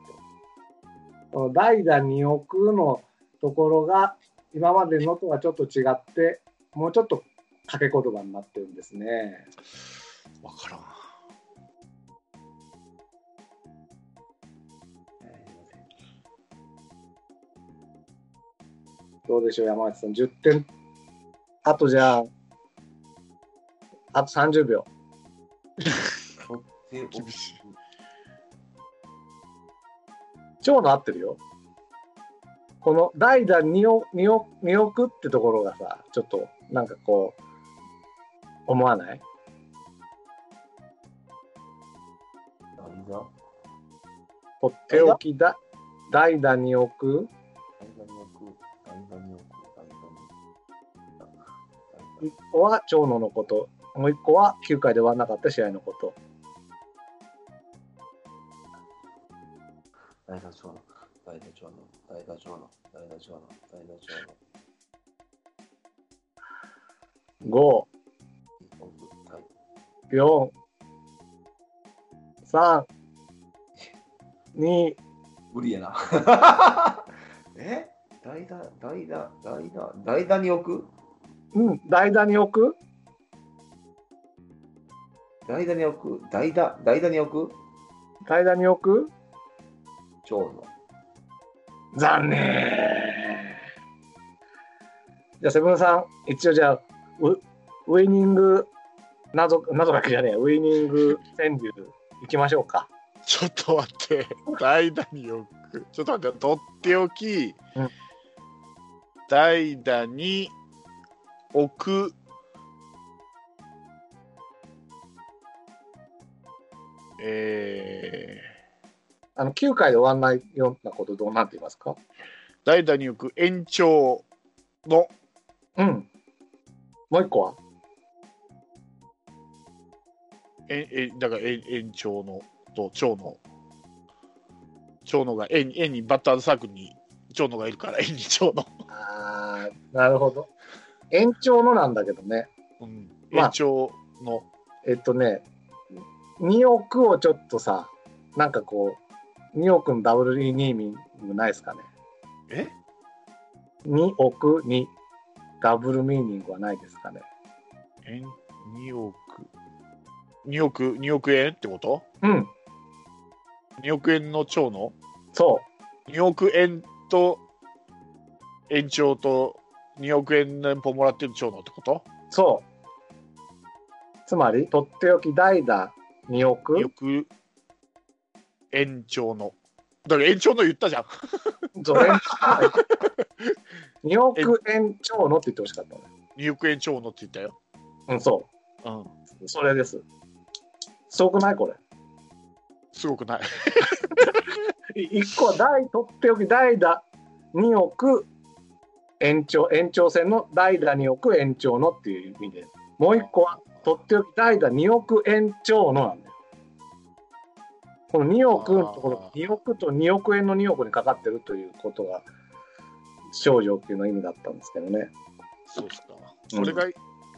Speaker 1: と。この代打に置くのところが今までのとはちょっと違って、もうちょっと掛け言葉になってるんですね。
Speaker 2: わからん。
Speaker 1: どうでしょう、山内さん。10点。あとじゃあ、あと30秒。
Speaker 3: で
Speaker 2: 厳しい。
Speaker 1: 蝶の合ってるよ。この代打2億二億二億ってところがさ、ちょっとなんかこう、思わない
Speaker 3: 何だ
Speaker 1: とっておきだ代打2億
Speaker 3: 何だに置く何だに置く何だに
Speaker 1: 1個は長野のこと、もう1個は9回で終わらなかった試合のこと。
Speaker 3: 大田町の大田町の大田町の大田町の大田町の
Speaker 1: 5、
Speaker 3: はい
Speaker 1: 4、3、2、
Speaker 3: 無理やな え代打代打代打代打に置く
Speaker 1: うん、代打に置く
Speaker 3: 代打に置く代打代打に置く
Speaker 1: 代打に置く
Speaker 3: 長野
Speaker 1: 残念じゃあセブンさん一応じゃあウウイニング謎謎だけじゃねえウイニング川柳いきましょうか
Speaker 2: ちょっと待って、代打に置く。ちょっと待って、とっておき
Speaker 1: うん、
Speaker 2: 代打に置く。え
Speaker 1: あの9回で終わらないようなことどうなんて言いますか
Speaker 2: ー、代打に置く延長の
Speaker 1: うんもう一個は
Speaker 2: ええだからえ延長のと長野長野が円円にバッターズサークルに長野がいるから円に長野、
Speaker 1: あーなるほど延長のなんだけどね
Speaker 2: うん、
Speaker 1: まあ
Speaker 2: 延長の、
Speaker 1: えっとね2億をちょっとさなんかこう2億のダブルリニーミングないですかね
Speaker 2: え
Speaker 1: 2億にダブルミーニングはないですかね。
Speaker 2: 円2億2億2億円ってこと
Speaker 1: うん、
Speaker 2: 2億円の長野
Speaker 1: そ
Speaker 2: 2億円と延長と2億円年俸もらってる長野ってこと
Speaker 1: う、そう。つまり、とっておき代打2
Speaker 2: ?2
Speaker 1: 億。
Speaker 2: 億延長のだから延長の言ったじゃん
Speaker 1: そう延長2億円超のって言ってほしかったね。
Speaker 2: 2億円長野って言ったよ
Speaker 1: うん、そ
Speaker 2: うん
Speaker 1: う。それです。すごくないこれ。
Speaker 2: すごくない
Speaker 1: 1個は代、とっておき代打2億延長、延長戦の代打2億延長のっていう意味で。もう1個はとっておき代打2億円超のなんだよ。この2億のところ
Speaker 2: あ、ー
Speaker 1: 2億と2億円の2億にかかってるということが、少女っていうの意味だったんですけどね。
Speaker 2: そうですか。
Speaker 1: うん
Speaker 2: これが、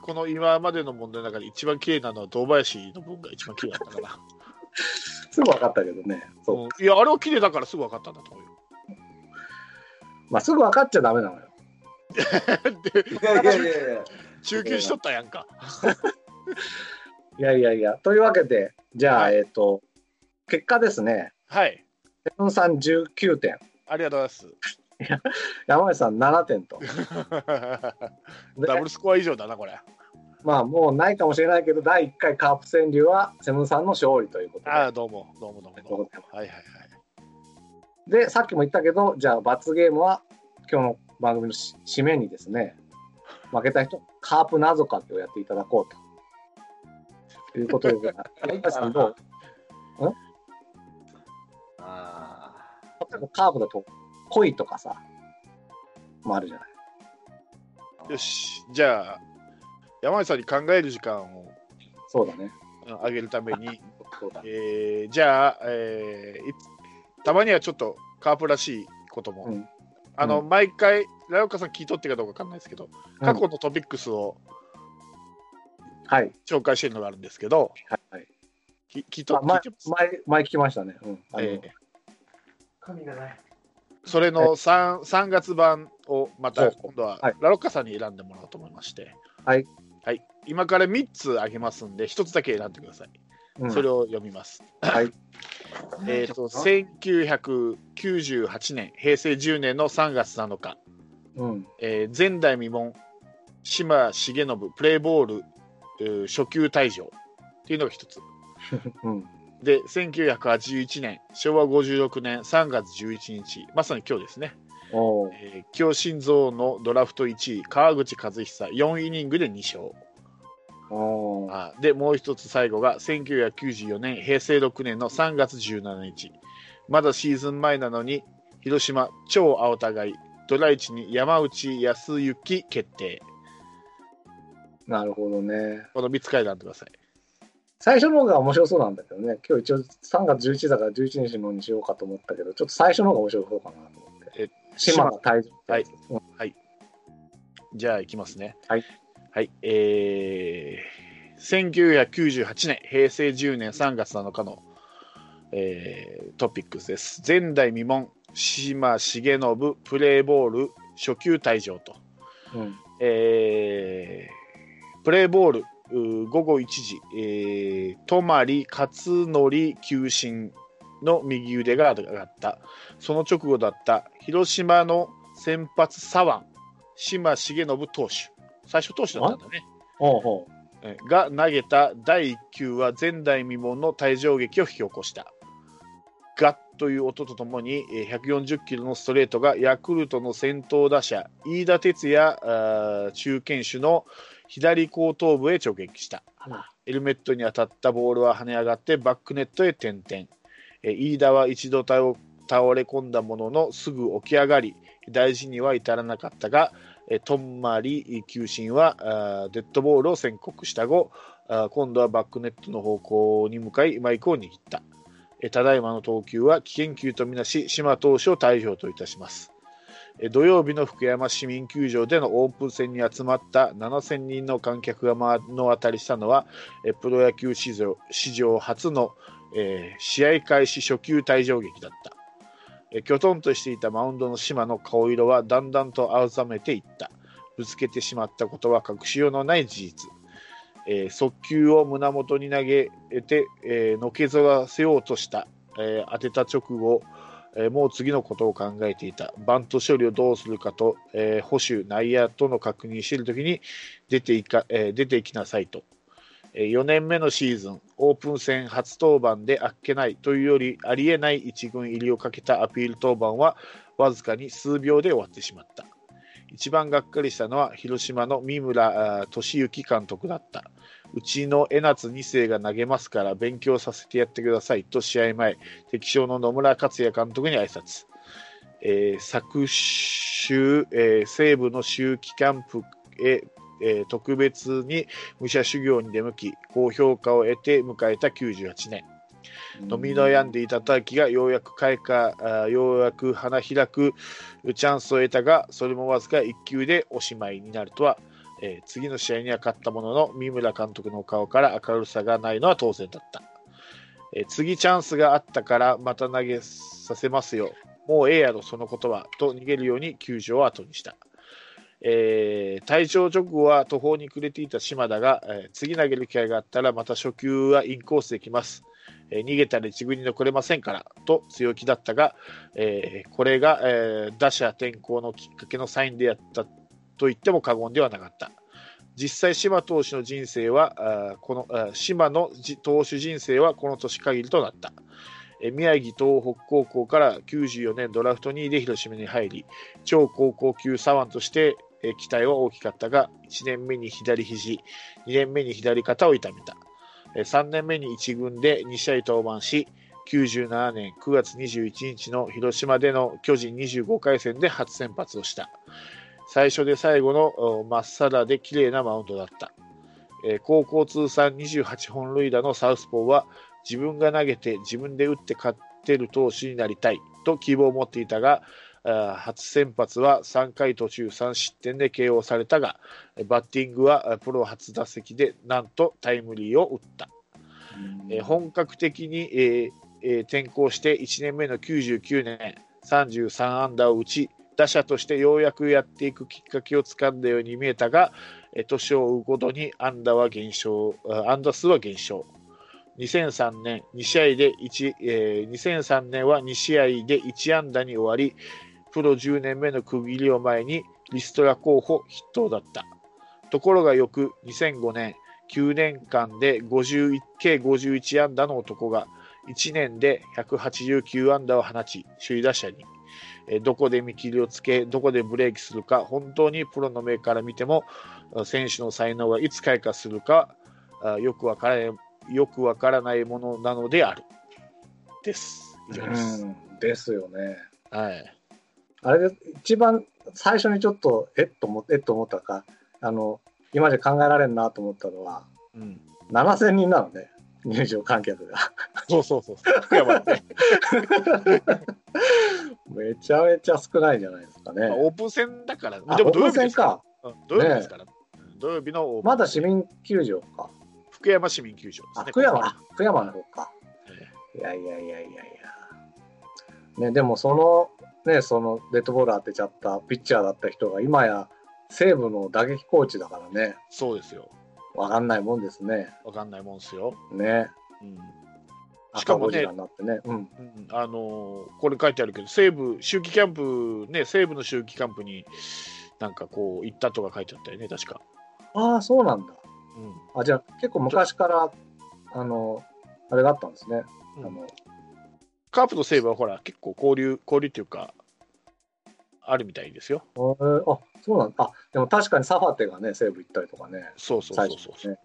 Speaker 2: この今までの問題の中で一番綺麗なのは堂林の分が一番綺麗だったから。
Speaker 1: すぐ分かったけどね。そう。
Speaker 2: うんいや、あれは綺麗だからすぐ分かったんだと思うよ。
Speaker 1: まあ、すぐ分かっちゃダメなのよ。
Speaker 2: で、
Speaker 3: いやいやいやいや
Speaker 2: 中級しとったやんか。
Speaker 1: いやいやいや。というわけで、じゃあ、
Speaker 2: はい
Speaker 1: えっ、と、結果ですね。
Speaker 2: はい。
Speaker 1: セブンさん19点、
Speaker 2: ありがとうござい
Speaker 1: 山内さん7点 と。
Speaker 2: ます。
Speaker 1: で
Speaker 2: ダブルスコア以上 だな、これ。
Speaker 1: まあ、もうないかもしれないけど、第1回カープ川柳はセブンさんの勝利ということで。
Speaker 2: ああ、どうも、どうも、どうもどう
Speaker 1: あ
Speaker 2: も
Speaker 1: りがとうござい。
Speaker 2: はいはいはい。
Speaker 1: で、さっきも言ったけど、じゃあ罰ゲームは今日の番組のし締めにですね、負けた人、カープなぞかってをやっていただこうと。いうことで、山内さんどう
Speaker 3: あ
Speaker 1: 例えばカープだと恋とかさ、もあるじゃない。
Speaker 3: ー
Speaker 2: よし、じゃあ、山内さんに考える時間を
Speaker 1: そうだね。
Speaker 2: うんあげるために、
Speaker 1: そうだ
Speaker 2: えーじゃあ、えーいつたまにはちょっとカープらしいことも、
Speaker 1: うん
Speaker 2: あの、
Speaker 1: う
Speaker 2: 毎回ラオカさん聞いとってかどうかわかんないですけど過去のトピックスを
Speaker 1: はい。
Speaker 2: 紹介してるのがあるんですけど、
Speaker 1: はい、はい。
Speaker 2: き聞いと
Speaker 1: まあ、前
Speaker 2: 聞いてます、
Speaker 1: 前、前聞きましたね。うん。あの
Speaker 2: えー
Speaker 3: 神がない
Speaker 2: それの 3, 3月版をま
Speaker 1: ほう
Speaker 2: た
Speaker 1: ほう
Speaker 2: 今度は
Speaker 1: はい
Speaker 2: ラロッカさんに選んでもらおうと思いまして、
Speaker 1: はい
Speaker 2: はい、今から3つあげますんで1つだけ選んでください、
Speaker 1: うん
Speaker 2: それを読みます、
Speaker 1: はい
Speaker 2: えー、と1998年平成10年の3月7日、
Speaker 1: うん
Speaker 2: えー前代未聞島重信プレーボール、えー初級退場っていうのが1つ
Speaker 1: うん
Speaker 2: で1981年昭和56年3月11日まさに今日ですね
Speaker 1: おー
Speaker 2: えー清心臓のドラフト1位川口和久4イニングで2勝
Speaker 1: おー
Speaker 2: あーでもう一つ最後が1994年平成6年の3月17日まだシーズン前なのに広島超青互いドラ1に山内康之決定
Speaker 1: なるほどね
Speaker 2: この3つ回選んでください
Speaker 1: 最初の方が面白そうなんだけどね今日一応3月11日だから11日のにしようかと思ったけどちょっと最初の方が面白そうかなと思って
Speaker 2: え
Speaker 1: 島が退場
Speaker 2: はい
Speaker 1: うん
Speaker 2: じゃあいきますね
Speaker 1: はい、
Speaker 2: はいえー、1998年平成10年3月7日の、えートピックスです前代未聞島重信プレーボール初級退場と、
Speaker 1: うん
Speaker 2: えープレーボールうー午後1時、えー、泊勝則球審の右腕が上がったその直後だった広島の先発左腕島重信投手最初投手だったんだね
Speaker 1: ほうほう
Speaker 2: えーが投げた第1球は前代未聞の退場劇を引き起こしたガッという音とともにえー140キロのストレートがヤクルトの先頭打者飯田哲也あー中堅手の左後頭部へ直撃した
Speaker 1: あら
Speaker 2: ヘルメットに当たったボールは跳ね上がってバックネットへ点々えー飯田は一度倒倒れ込んだもののすぐ起き上がり大事には至らなかったがえーとんまり球審はあーデッドボールを宣告した後あー今度はバックネットの方向に向かいマイクを握ったえーただいまの投球は危険球とみなし島投手を退場といたしますえー土曜日の福山市民球場でのオープン戦に集まった7000人の観客が目の当たりしたのはえープロ野球史上史上初の、えー試合開始初球退場劇だったえーきょとんとしていたマウンドの島の顔色はだんだんと青めていったぶつけてしまったことは隠しようのない事実、えー速球を胸元に投げて、えーのけぞらせようとした、えー当てた直後、えーもう次のことを考えていたバント処理をどうするかと、えー捕手内野との確認している時に出ていか、えー出ていきなさいと4年目のシーズンオープン戦初登板であっけないというよりありえない1軍入りをかけたアピール登板はわずかに数秒で終わってしまった一番がっかりしたのは広島の三村あー俊之監督だったうちの江夏2世が投げますから勉強させてやってくださいと試合前敵将の野村克也監督に挨拶、えー昨週、えー西部の秋季キャンプへ、えー特別に武者修行に出向き高評価を得て迎えた98年伸び悩んでいた大輝がようやく開花あーようやく花開くチャンスを得たがそれもわずか1球でおしまいになるとは、えー次の試合には勝ったものの三村監督の顔から明るさがないのは当然だった、えー次チャンスがあったからまた投げさせますよもうええやろそのことはと逃げるように球場を後にしたえー、退場直後は途方に暮れていた島だが、えー次投げる機会があったらまた初球はインコースできます、えー逃げたら一軍に残れませんからと強気だったが、えーこれが、えー打者転向のきっかけのサインでやったと言っても過言ではなかった実際島投手の人生はあーこのあー島のじ投手人生はこの年限りとなったえー宮城東北高校から94年ドラフト2位で広島に入り超高校級左腕としてえー期待は大きかったが1年目に左肘2年目に左肩を痛めたえー3年目に1軍で2試合登板し97年9月21日の広島での巨人25回戦で初先発をした最初で最後のおまっさらで綺麗なマウンドだった、えー高校通算28本塁打のサウスポーは自分が投げて自分で打って勝てる投手になりたいと希望を持っていたがあー初先発は3回途中3失点で KO されたがえーバッティングはあープロ初打席でなんとタイムリーを打ったえー本格的に、えーえー転向して1年目の99年33安打を打ち打者としてようやくやっていくきっかけをつかんだように見えたがえー年を追うごとに安打は減少あ安打数は減少2003年2試合で1、えー2003年は2試合で1安打に終わりプロ10年目の区切りを前にリストラ候補筆頭だったところが翌2005年9年間で51計51安打の男が1年で189安打を放ち首位打者にえーどこで見切りをつけどこでブレーキするか本当にプロの目から見てもあ選手の才能がいつ開花するかあよくわからないよくわからないものなのであるです。以上です。
Speaker 1: うんですよね。
Speaker 2: はい。
Speaker 1: あれで一番最初にちょっとえっと思えっと思ったかあの今じゃ考えられんなと思ったのは
Speaker 2: うん。
Speaker 1: 7000人なのね入場観客が
Speaker 2: そうそうそう。福山の ね。
Speaker 1: めちゃめちゃ少ないじゃないですかね
Speaker 2: まあ。オープン戦だから。
Speaker 1: あ
Speaker 2: でも土曜日
Speaker 1: オープン
Speaker 2: で
Speaker 1: 戦
Speaker 2: すか。
Speaker 1: から
Speaker 2: うん土曜日ですから。土曜日のオープン
Speaker 1: まだ市民球場か。
Speaker 2: 福山市民球場です
Speaker 1: あ
Speaker 2: ね。
Speaker 1: 福山あ福山の方か
Speaker 2: え。
Speaker 1: いやいやいやいやいや。ねでもそのねそのデッドボール当てちゃったピッチャーだった人が今や西武の打撃コーチだからね
Speaker 2: そうですよ。
Speaker 1: わかんないもんですね。
Speaker 2: わかんないもんですよ。
Speaker 1: ね。
Speaker 2: うん。し
Speaker 1: 赤
Speaker 2: かも
Speaker 1: ゴジ
Speaker 2: ね
Speaker 1: ラになってね。うん。
Speaker 2: うんあのーこれ書いてあるけど、西部、秋季キャンプ、ね、西部の秋季キャンプに、なんかこう、行ったとか書いてあったよね、確か。
Speaker 1: ああそうなんだ。
Speaker 2: うん。
Speaker 1: あじゃあ結構昔からあのあれがあったんですね。あ
Speaker 2: うん
Speaker 1: の
Speaker 2: カープと西部はほら、結構交流、交流っていうか、あるみたいですよ。
Speaker 1: えーあそうなんだ。あでも確かにサファテがね西武行ったりとかね。
Speaker 2: そうそうそうそう。
Speaker 1: 最初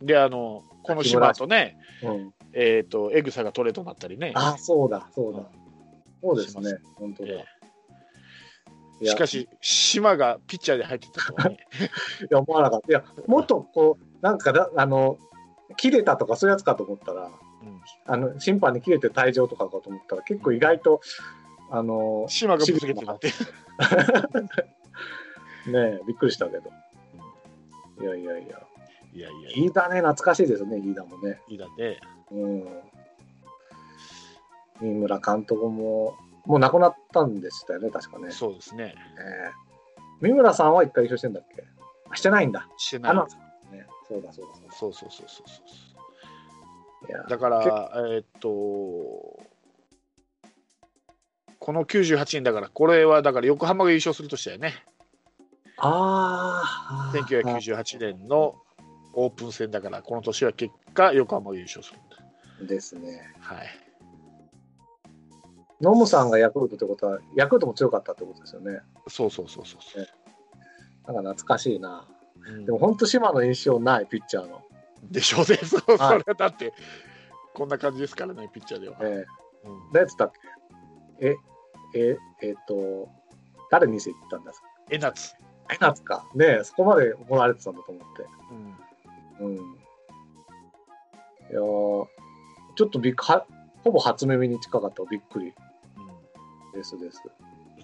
Speaker 2: うん、で、あの、この島とね、
Speaker 1: うん。
Speaker 2: えっ、と、エグサがトレードになったりね。
Speaker 1: あそうだそうだ。
Speaker 2: うん
Speaker 1: そうです
Speaker 2: し
Speaker 1: ね。本当だ。
Speaker 2: え
Speaker 1: い
Speaker 2: え
Speaker 1: や
Speaker 2: しかし、島がピッチャーで入ってたとはね。
Speaker 1: いや思わなかった。いやもっとこうなんかだあの切れたとかそういうやつかと思ったら
Speaker 2: うん
Speaker 1: あの審判に切れて退場とかかと思ったら結構意外と、あの
Speaker 2: 島がぶつけてたって。
Speaker 1: ねえびっくりしたけど。いやいやいや。
Speaker 2: いやいやい
Speaker 1: 飯田ね懐かしいですね飯田もね。
Speaker 2: いだね。
Speaker 1: うん、三村監督も、もう亡くなったんでしたよね、確かね。
Speaker 2: そうですね。
Speaker 1: ええ三村さんは一回優勝してんだっけあしてないんだ。
Speaker 2: してない
Speaker 1: あ。の、ね、そうだそうだそう
Speaker 2: そうそうそうそうそう。
Speaker 1: だ。いや
Speaker 2: だから、えーっと、この98年だから、これはだから横浜が優勝する年だよね。
Speaker 1: ああ。
Speaker 2: 1998年のオープン戦だから、この年は結果、横浜が優勝するんだ。
Speaker 1: ですね。
Speaker 2: はい。
Speaker 1: ノムさんがヤクルトってことは、ヤクルトも強かったってことですよね。
Speaker 2: そうそうそうそうそう。
Speaker 1: なんか懐かしいな。
Speaker 2: うん
Speaker 1: でも本当、島の印象ない、ピッチャーの。
Speaker 2: でしょうね。 そうそれ
Speaker 1: はい
Speaker 2: はだって、こんな感じですからね、ピッチャーでは。
Speaker 1: ええ
Speaker 2: うん
Speaker 1: 誰つったっけえ、え、えっと、誰に行ったんですか
Speaker 2: えなつ。
Speaker 1: えなつか。ねえそこまで行われてたんだと思って。
Speaker 2: う
Speaker 1: うん。
Speaker 2: ん
Speaker 1: いやーちょっとびっはほぼ初耳に近かったびっくり
Speaker 2: う
Speaker 1: ですです。
Speaker 2: ん。う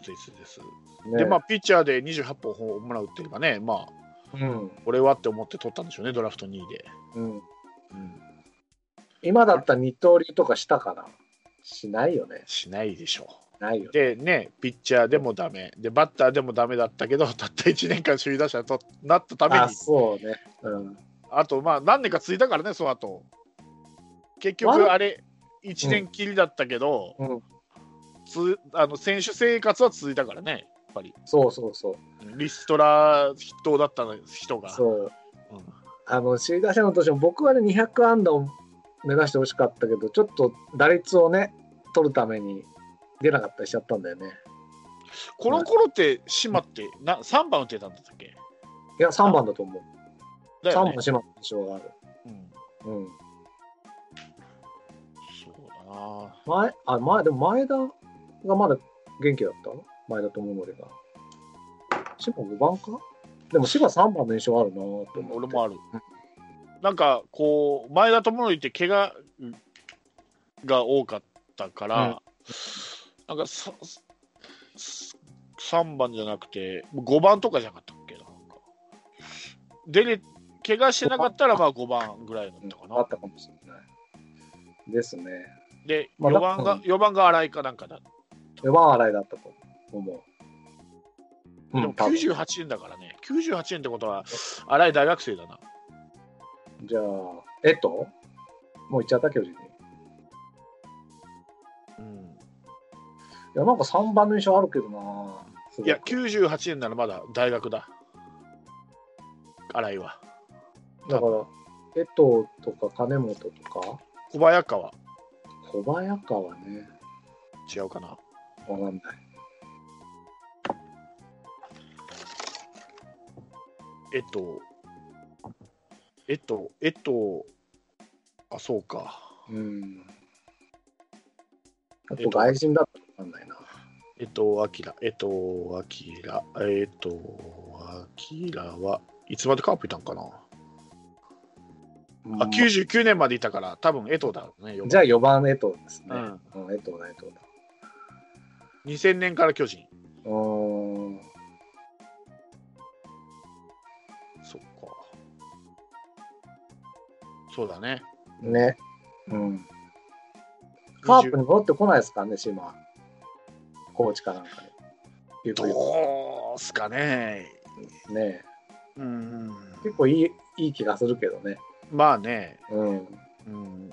Speaker 2: ついついです。
Speaker 1: ね
Speaker 2: で、まあ、ピッチャーで28本ホームラン打ってればね、まあ、
Speaker 1: うん
Speaker 2: 俺はって思って取ったんでしょうね、ドラフト2位で。
Speaker 1: うん、今だったら二刀流とかしたかなしないよね。
Speaker 2: しないでしょ
Speaker 1: ないよ
Speaker 2: う。
Speaker 1: ね。
Speaker 2: で、ね、ピッチャーでもダメ、で、バッターでもダメだったけど、 たった1年間首位打者となったために、
Speaker 1: あ、
Speaker 2: あ
Speaker 1: そうね。うん。
Speaker 2: と、まあ、何年かついたからね、その後。結
Speaker 1: 悪
Speaker 2: 局、
Speaker 1: い
Speaker 2: あれ、1年きりだったけど、
Speaker 1: うん
Speaker 2: つあの選手生活は続いたからね、やっぱり。
Speaker 1: そうそうそう。
Speaker 2: リストラ筆頭だった人が。
Speaker 1: そう。
Speaker 2: うん
Speaker 1: あの、首位打者の年も僕はね、200安打を目指してほしかったけど、ちょっと打率をね、取るために出なかったりしちゃったんだよね。
Speaker 2: この頃って、島ってな3番打てたんだったっけ
Speaker 1: いや、3番だと思う。
Speaker 2: だよ
Speaker 1: 3
Speaker 2: ね
Speaker 1: 番、島の印象がある。
Speaker 2: うん
Speaker 1: うん。
Speaker 2: そうだな。
Speaker 1: 前、あ、前、でも前田がまだ元気だったの前田智則が。芝5番かでも芝3番の印象あるなと思って。
Speaker 2: 俺もある
Speaker 1: うん。
Speaker 2: なんかこう前田智則って怪我が多かったから、なんかささ3番じゃなくて5番とかじゃなかったっけななんか出れ怪我してなかったらまあ5番ぐらいだったか
Speaker 1: うんあ
Speaker 2: な
Speaker 1: っ。たかもしれない。ですね。
Speaker 2: で
Speaker 1: まあ
Speaker 2: 4番
Speaker 1: う
Speaker 2: が
Speaker 1: ん
Speaker 2: 四番が新井かなんかだっ
Speaker 1: 4番洗いだったと思う。う
Speaker 2: で
Speaker 1: ん、
Speaker 2: も
Speaker 1: 多分じ
Speaker 2: 98年だからね。98年ってことは、荒い大学生だな。
Speaker 1: ゃあ、えっともう行っちゃった巨人に。い
Speaker 2: うん。
Speaker 1: や、なんか3番の印象あるけどな。すご
Speaker 2: い
Speaker 1: く
Speaker 2: や、98年ならまだ大学だ。荒井は。
Speaker 1: だから、江藤とか金本とか、
Speaker 2: 小早川。
Speaker 1: 小早川ね、
Speaker 2: 違うかな。
Speaker 1: わかんない。
Speaker 2: えっと、えっと、えっと、あ、そうか。
Speaker 1: うん。あ
Speaker 2: 江藤
Speaker 1: と外人だったらわかんないな。
Speaker 2: えっと、あきら、えっと、あきら、えっと、あきらはいつまでカープいたんかな。あ、
Speaker 1: うん
Speaker 2: 99年までいたから、多分江藤だろうね。
Speaker 1: じゃあ4番江藤ですね。
Speaker 2: うん
Speaker 1: うん、江藤だ、江藤だ。
Speaker 2: 2000年から巨人。
Speaker 1: うーん。
Speaker 2: そっか。そうだね。
Speaker 1: ね。うん。カープに戻ってこないですからね、島。コーチかなんかで。ゆくゆ
Speaker 2: どうすかね。
Speaker 1: くね。
Speaker 2: うん。
Speaker 1: 結構いいいい気がするけどね。
Speaker 2: まあね。
Speaker 1: うん。
Speaker 2: うん。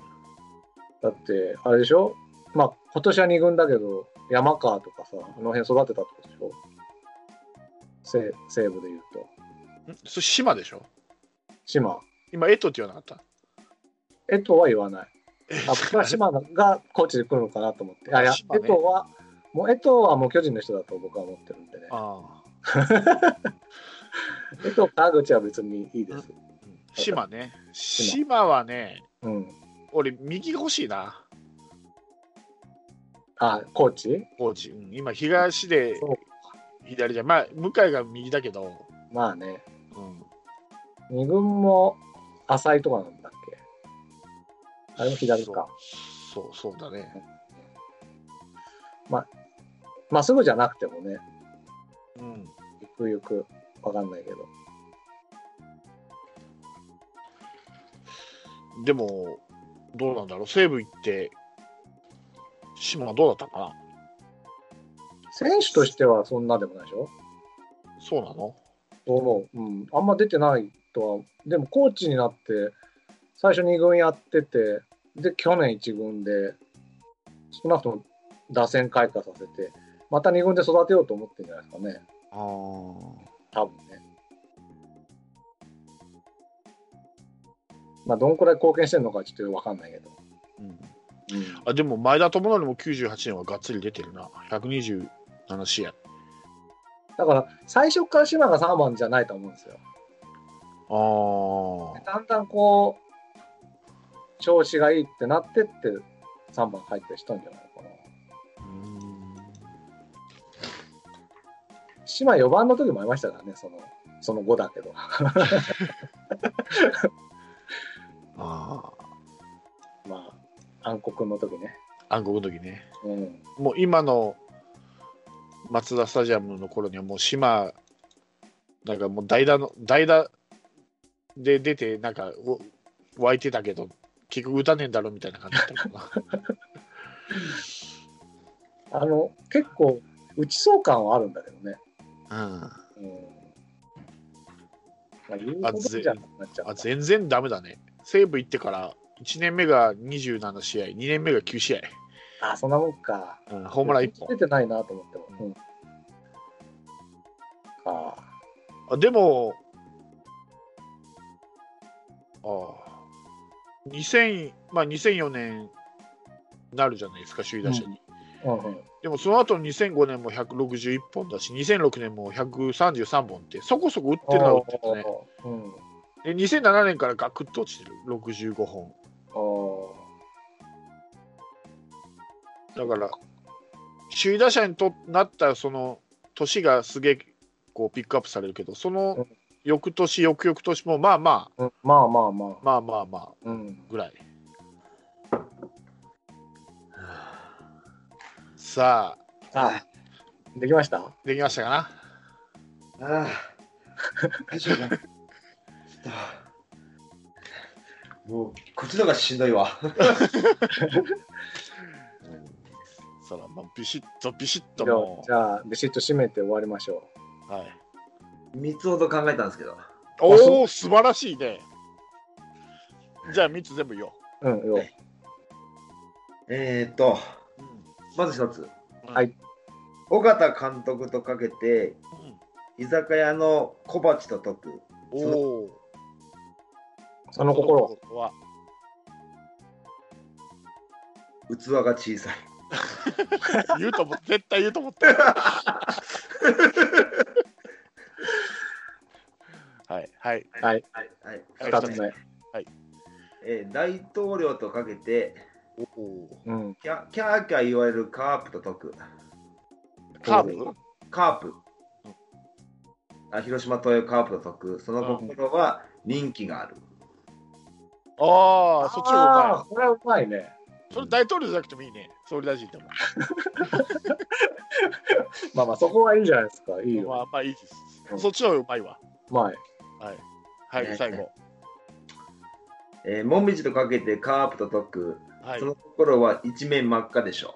Speaker 1: だって、あれでしょまあ、今年は2軍だけど、山川とかさ、あの辺育てたってことでしょ西西部で言うと。
Speaker 2: んそれ島でしょ
Speaker 1: 島。
Speaker 2: 今、江藤って言わなかっ
Speaker 1: 江藤は言わない。あ、僕は
Speaker 2: た。
Speaker 1: 島がコーチで来るのかなと思って。あ、いや、
Speaker 2: 島ね
Speaker 1: 江藤は、もう江藤はもう巨人の人だと僕は思ってるんでね。
Speaker 2: ああ。
Speaker 1: 江藤、川口は別にいいです。
Speaker 2: 島ね。島はね、
Speaker 1: うん。
Speaker 2: 俺、右が欲しいな。
Speaker 1: あ、コーチ
Speaker 2: コーチ。うん今、東で
Speaker 1: そう
Speaker 2: 左じゃん。まあ、向井が右だけど、
Speaker 1: まあね。
Speaker 2: うん、
Speaker 1: 2軍も浅いとかなんだっけあれも左か。
Speaker 2: そう。そう、そうだね。
Speaker 1: まあ、すぐじゃなくてもね、
Speaker 2: うん。
Speaker 1: ゆくゆく、わかんないけど。
Speaker 2: でも、どうなんだろう。西武行って、島はどうだったかな。
Speaker 1: 選手としてはそんなでもないでしょ
Speaker 2: そうなの
Speaker 1: どう思う、うん、あんま出てないとはでもコーチになって最初2軍やっててで去年1軍で少なくとも打線開花させてまた2軍で育てようと思ってるんじゃないですかね
Speaker 2: ああ。
Speaker 1: 多分ねまあどんくらい貢献してるのかちょっとよくわかんないけど、
Speaker 2: うん
Speaker 1: うん
Speaker 2: あでも前田智則も98年はがっつり出てるな127試合
Speaker 1: だから最初から島が3番じゃないと思うんですよ
Speaker 2: あ
Speaker 1: だんだんこう調子がいいってなってって3番入ってしたんじゃないかな
Speaker 2: あうん
Speaker 1: 島4番の時もありましたからね、そのその後だけど。
Speaker 2: あ
Speaker 1: まあ、暗黒の時ね。
Speaker 2: あ暗黒の時ね
Speaker 1: うん。
Speaker 2: もう今のマツダスタジアムの頃にはもう島なんかもう代打の代打で出てなんかお湧いてたけど結局打たねえんだろみたいな感じだったかな
Speaker 1: あの、結構、打ちそう感はあるんだけどね。
Speaker 2: うん
Speaker 1: うん。まあ、言うほどじゃなくなっちゃう。
Speaker 2: あ全然ダメだね西武行ってから1年目が27試合2年目が9試合、
Speaker 1: あ、そんなもんか。
Speaker 2: うん、ホームラン1本
Speaker 1: 出てないなと思っても。うん。ああ。
Speaker 2: あでも、ああ、2000まあ、2004年なるじゃないですか、首位打者に。
Speaker 1: うんうん。
Speaker 2: でもその後の2005年も161本だし、2006年も133本って、そこそこ打ってるな、打ってるね。
Speaker 1: うん。
Speaker 2: で、2007年からガクッと落ちてる、65本。
Speaker 1: あ
Speaker 2: だから、首位打者にとなったその年がすげえこうピックアップされるけど、その翌年、翌々年もまあま
Speaker 1: あ。うんまあまあま
Speaker 2: あ、まあまあまあ、
Speaker 1: あ。うん。
Speaker 2: ぐらい。さあ、
Speaker 1: ああ。できました
Speaker 2: できましたかな
Speaker 3: ああ、大丈夫だ。ちょっともう、こっちの方がしんどいわ。
Speaker 2: そらもうビシッとビシッと
Speaker 1: じゃあ
Speaker 2: も、
Speaker 1: じゃあビシッと締めて終わりましょう。
Speaker 2: う、はい、
Speaker 3: 三つほど考えたんですけど。
Speaker 2: おお素晴らしいねじゃあ3つ全部言おう、
Speaker 1: うん、よ
Speaker 3: はいえー、っと、まず一つ。
Speaker 1: はい。
Speaker 3: 尾形監督とかけて、居酒屋の小鉢と解く。
Speaker 2: うん、おお
Speaker 1: その心は
Speaker 2: は
Speaker 3: 器が小さい。
Speaker 2: 言うと思って絶対言うと思 ったはいはい
Speaker 1: はい、
Speaker 3: はい。
Speaker 1: 二つ目。
Speaker 3: えー大統領とかけて、
Speaker 2: おお
Speaker 1: うん、
Speaker 3: キャキャーキャー言われるカープと解く。
Speaker 2: カーブ
Speaker 3: カープ。あ広島東洋カープと解く。その心は人気がある。
Speaker 2: ああそっちの方
Speaker 1: あーこれはうまいね。
Speaker 2: いそれ大統領じゃなくてもいいね総理大臣でも
Speaker 1: まあまあ、そこはいいじゃないですか。いい
Speaker 2: ま
Speaker 1: よ。
Speaker 2: あまあいいです
Speaker 1: うん
Speaker 2: そっちの方がうまいわ
Speaker 1: うまい。
Speaker 2: はい、
Speaker 3: ね
Speaker 2: 最後
Speaker 3: えー、もみじとかけてカープと解く。
Speaker 2: はい
Speaker 3: その心は一面真っ赤でしょ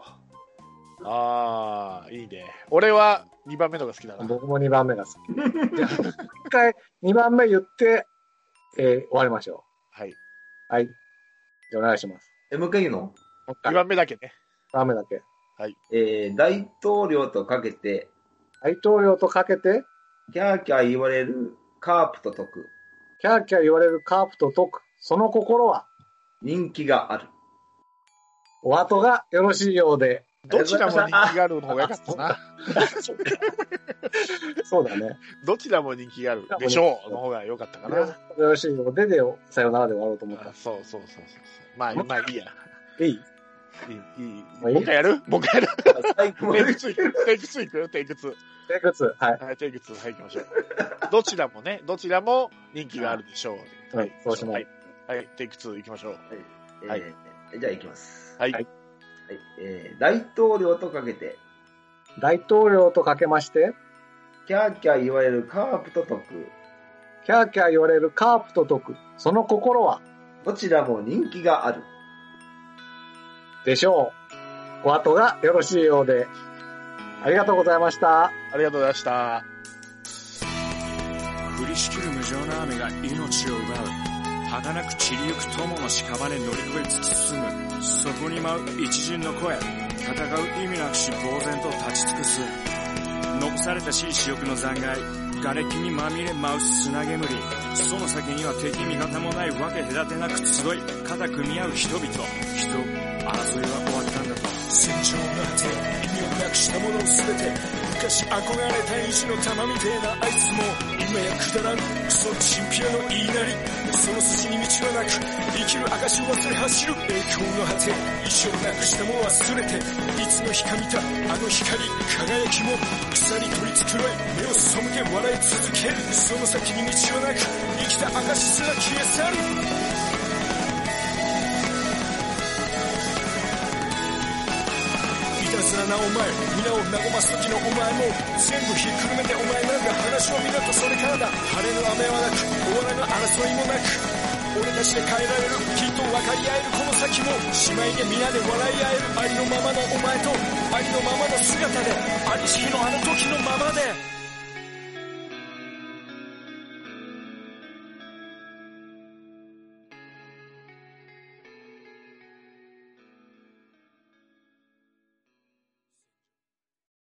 Speaker 2: ああいいね俺は2番目のが好きだな
Speaker 1: 僕も2番目 が好き。じゃあ、一回2番目言って、えー終わりましょ
Speaker 2: はい、
Speaker 1: う。はい。じゃあお願いします。
Speaker 3: う。え、もう一回言うの
Speaker 1: もう一
Speaker 2: 2
Speaker 1: 回
Speaker 2: 番目だけね
Speaker 1: ダメだけ。
Speaker 3: えー大統領とかけて、
Speaker 1: 大統領とかけて、
Speaker 3: キャーキャー言われるカープと解く。
Speaker 1: キャーキャー言われるカープと解く、その心は、
Speaker 3: 人気がある。
Speaker 1: お後がよろしいようで。
Speaker 2: どちらも人気があるの方が良かったな。
Speaker 1: そうだね。
Speaker 2: どちらも人気があるでしょうの方が良かったか
Speaker 1: お後
Speaker 2: な。
Speaker 1: がよろしいようでで、さよならで終わろうと思っ
Speaker 2: あ
Speaker 1: た。
Speaker 2: そうそうそうそう。まあ、まあいいや。
Speaker 1: えい
Speaker 2: いい、いい。
Speaker 1: まあいい
Speaker 2: もう一回やるもう一回やる
Speaker 3: 最後ま
Speaker 2: テイ
Speaker 3: で
Speaker 2: クツいくテイクツいくテイクツ
Speaker 1: で、靴、はい。
Speaker 2: はい、テイクツはい、行きましょう。どちらもね、どちらも人気があるでしょう。
Speaker 1: はいそうします
Speaker 2: はい、はい、テイクツ行きましょう。はい
Speaker 3: えーじゃあ行きます。
Speaker 2: はい
Speaker 1: はい
Speaker 3: はいえー大統領とかけて、
Speaker 1: 大統領とかけまして、
Speaker 3: キャーキャー言われるカープと解く。
Speaker 1: キャーキャー言われるカープと解く、その心は、
Speaker 3: どちらも人気がある。
Speaker 1: でしょう。お後がよろしいようで。ありがとうございました。
Speaker 2: ありがとうございました。
Speaker 4: 降りしきる無情な雨が命を奪う儚く散りゆく友の屍に乗り越えつつ進むそこに舞う一陣の声戦う意味なくし呆然と立ち尽くす残されたしい死翼の残骸瓦礫にまみれ舞う砂煙その先には敵味方もないわけ隔てなく集い肩組み合う人々人争いは終わったんだと戦場の果てに意味をなくしたもの全て昔憧れた意地の玉みてえなあいつも今やくだらんクソチンピラの言いなりその筋に道はなく生きる証を忘れ走る栄光の果て意地をなくしたも忘れていつの日か見たあの光輝きも草に取り繕い目を背け笑い続けるその先に道はなく生きた証すら消え去るいたずらなお前皆を和ます時のお前も全部ひっくるめてお前なんか話を見ろとそれからだ晴れの雨はなく終わらぬ争いもなく俺たちで変えられるきっと分かり合えるこの先も姉妹で皆で笑い合えるありのままのお前とありのままの姿でありしきのあの時のままで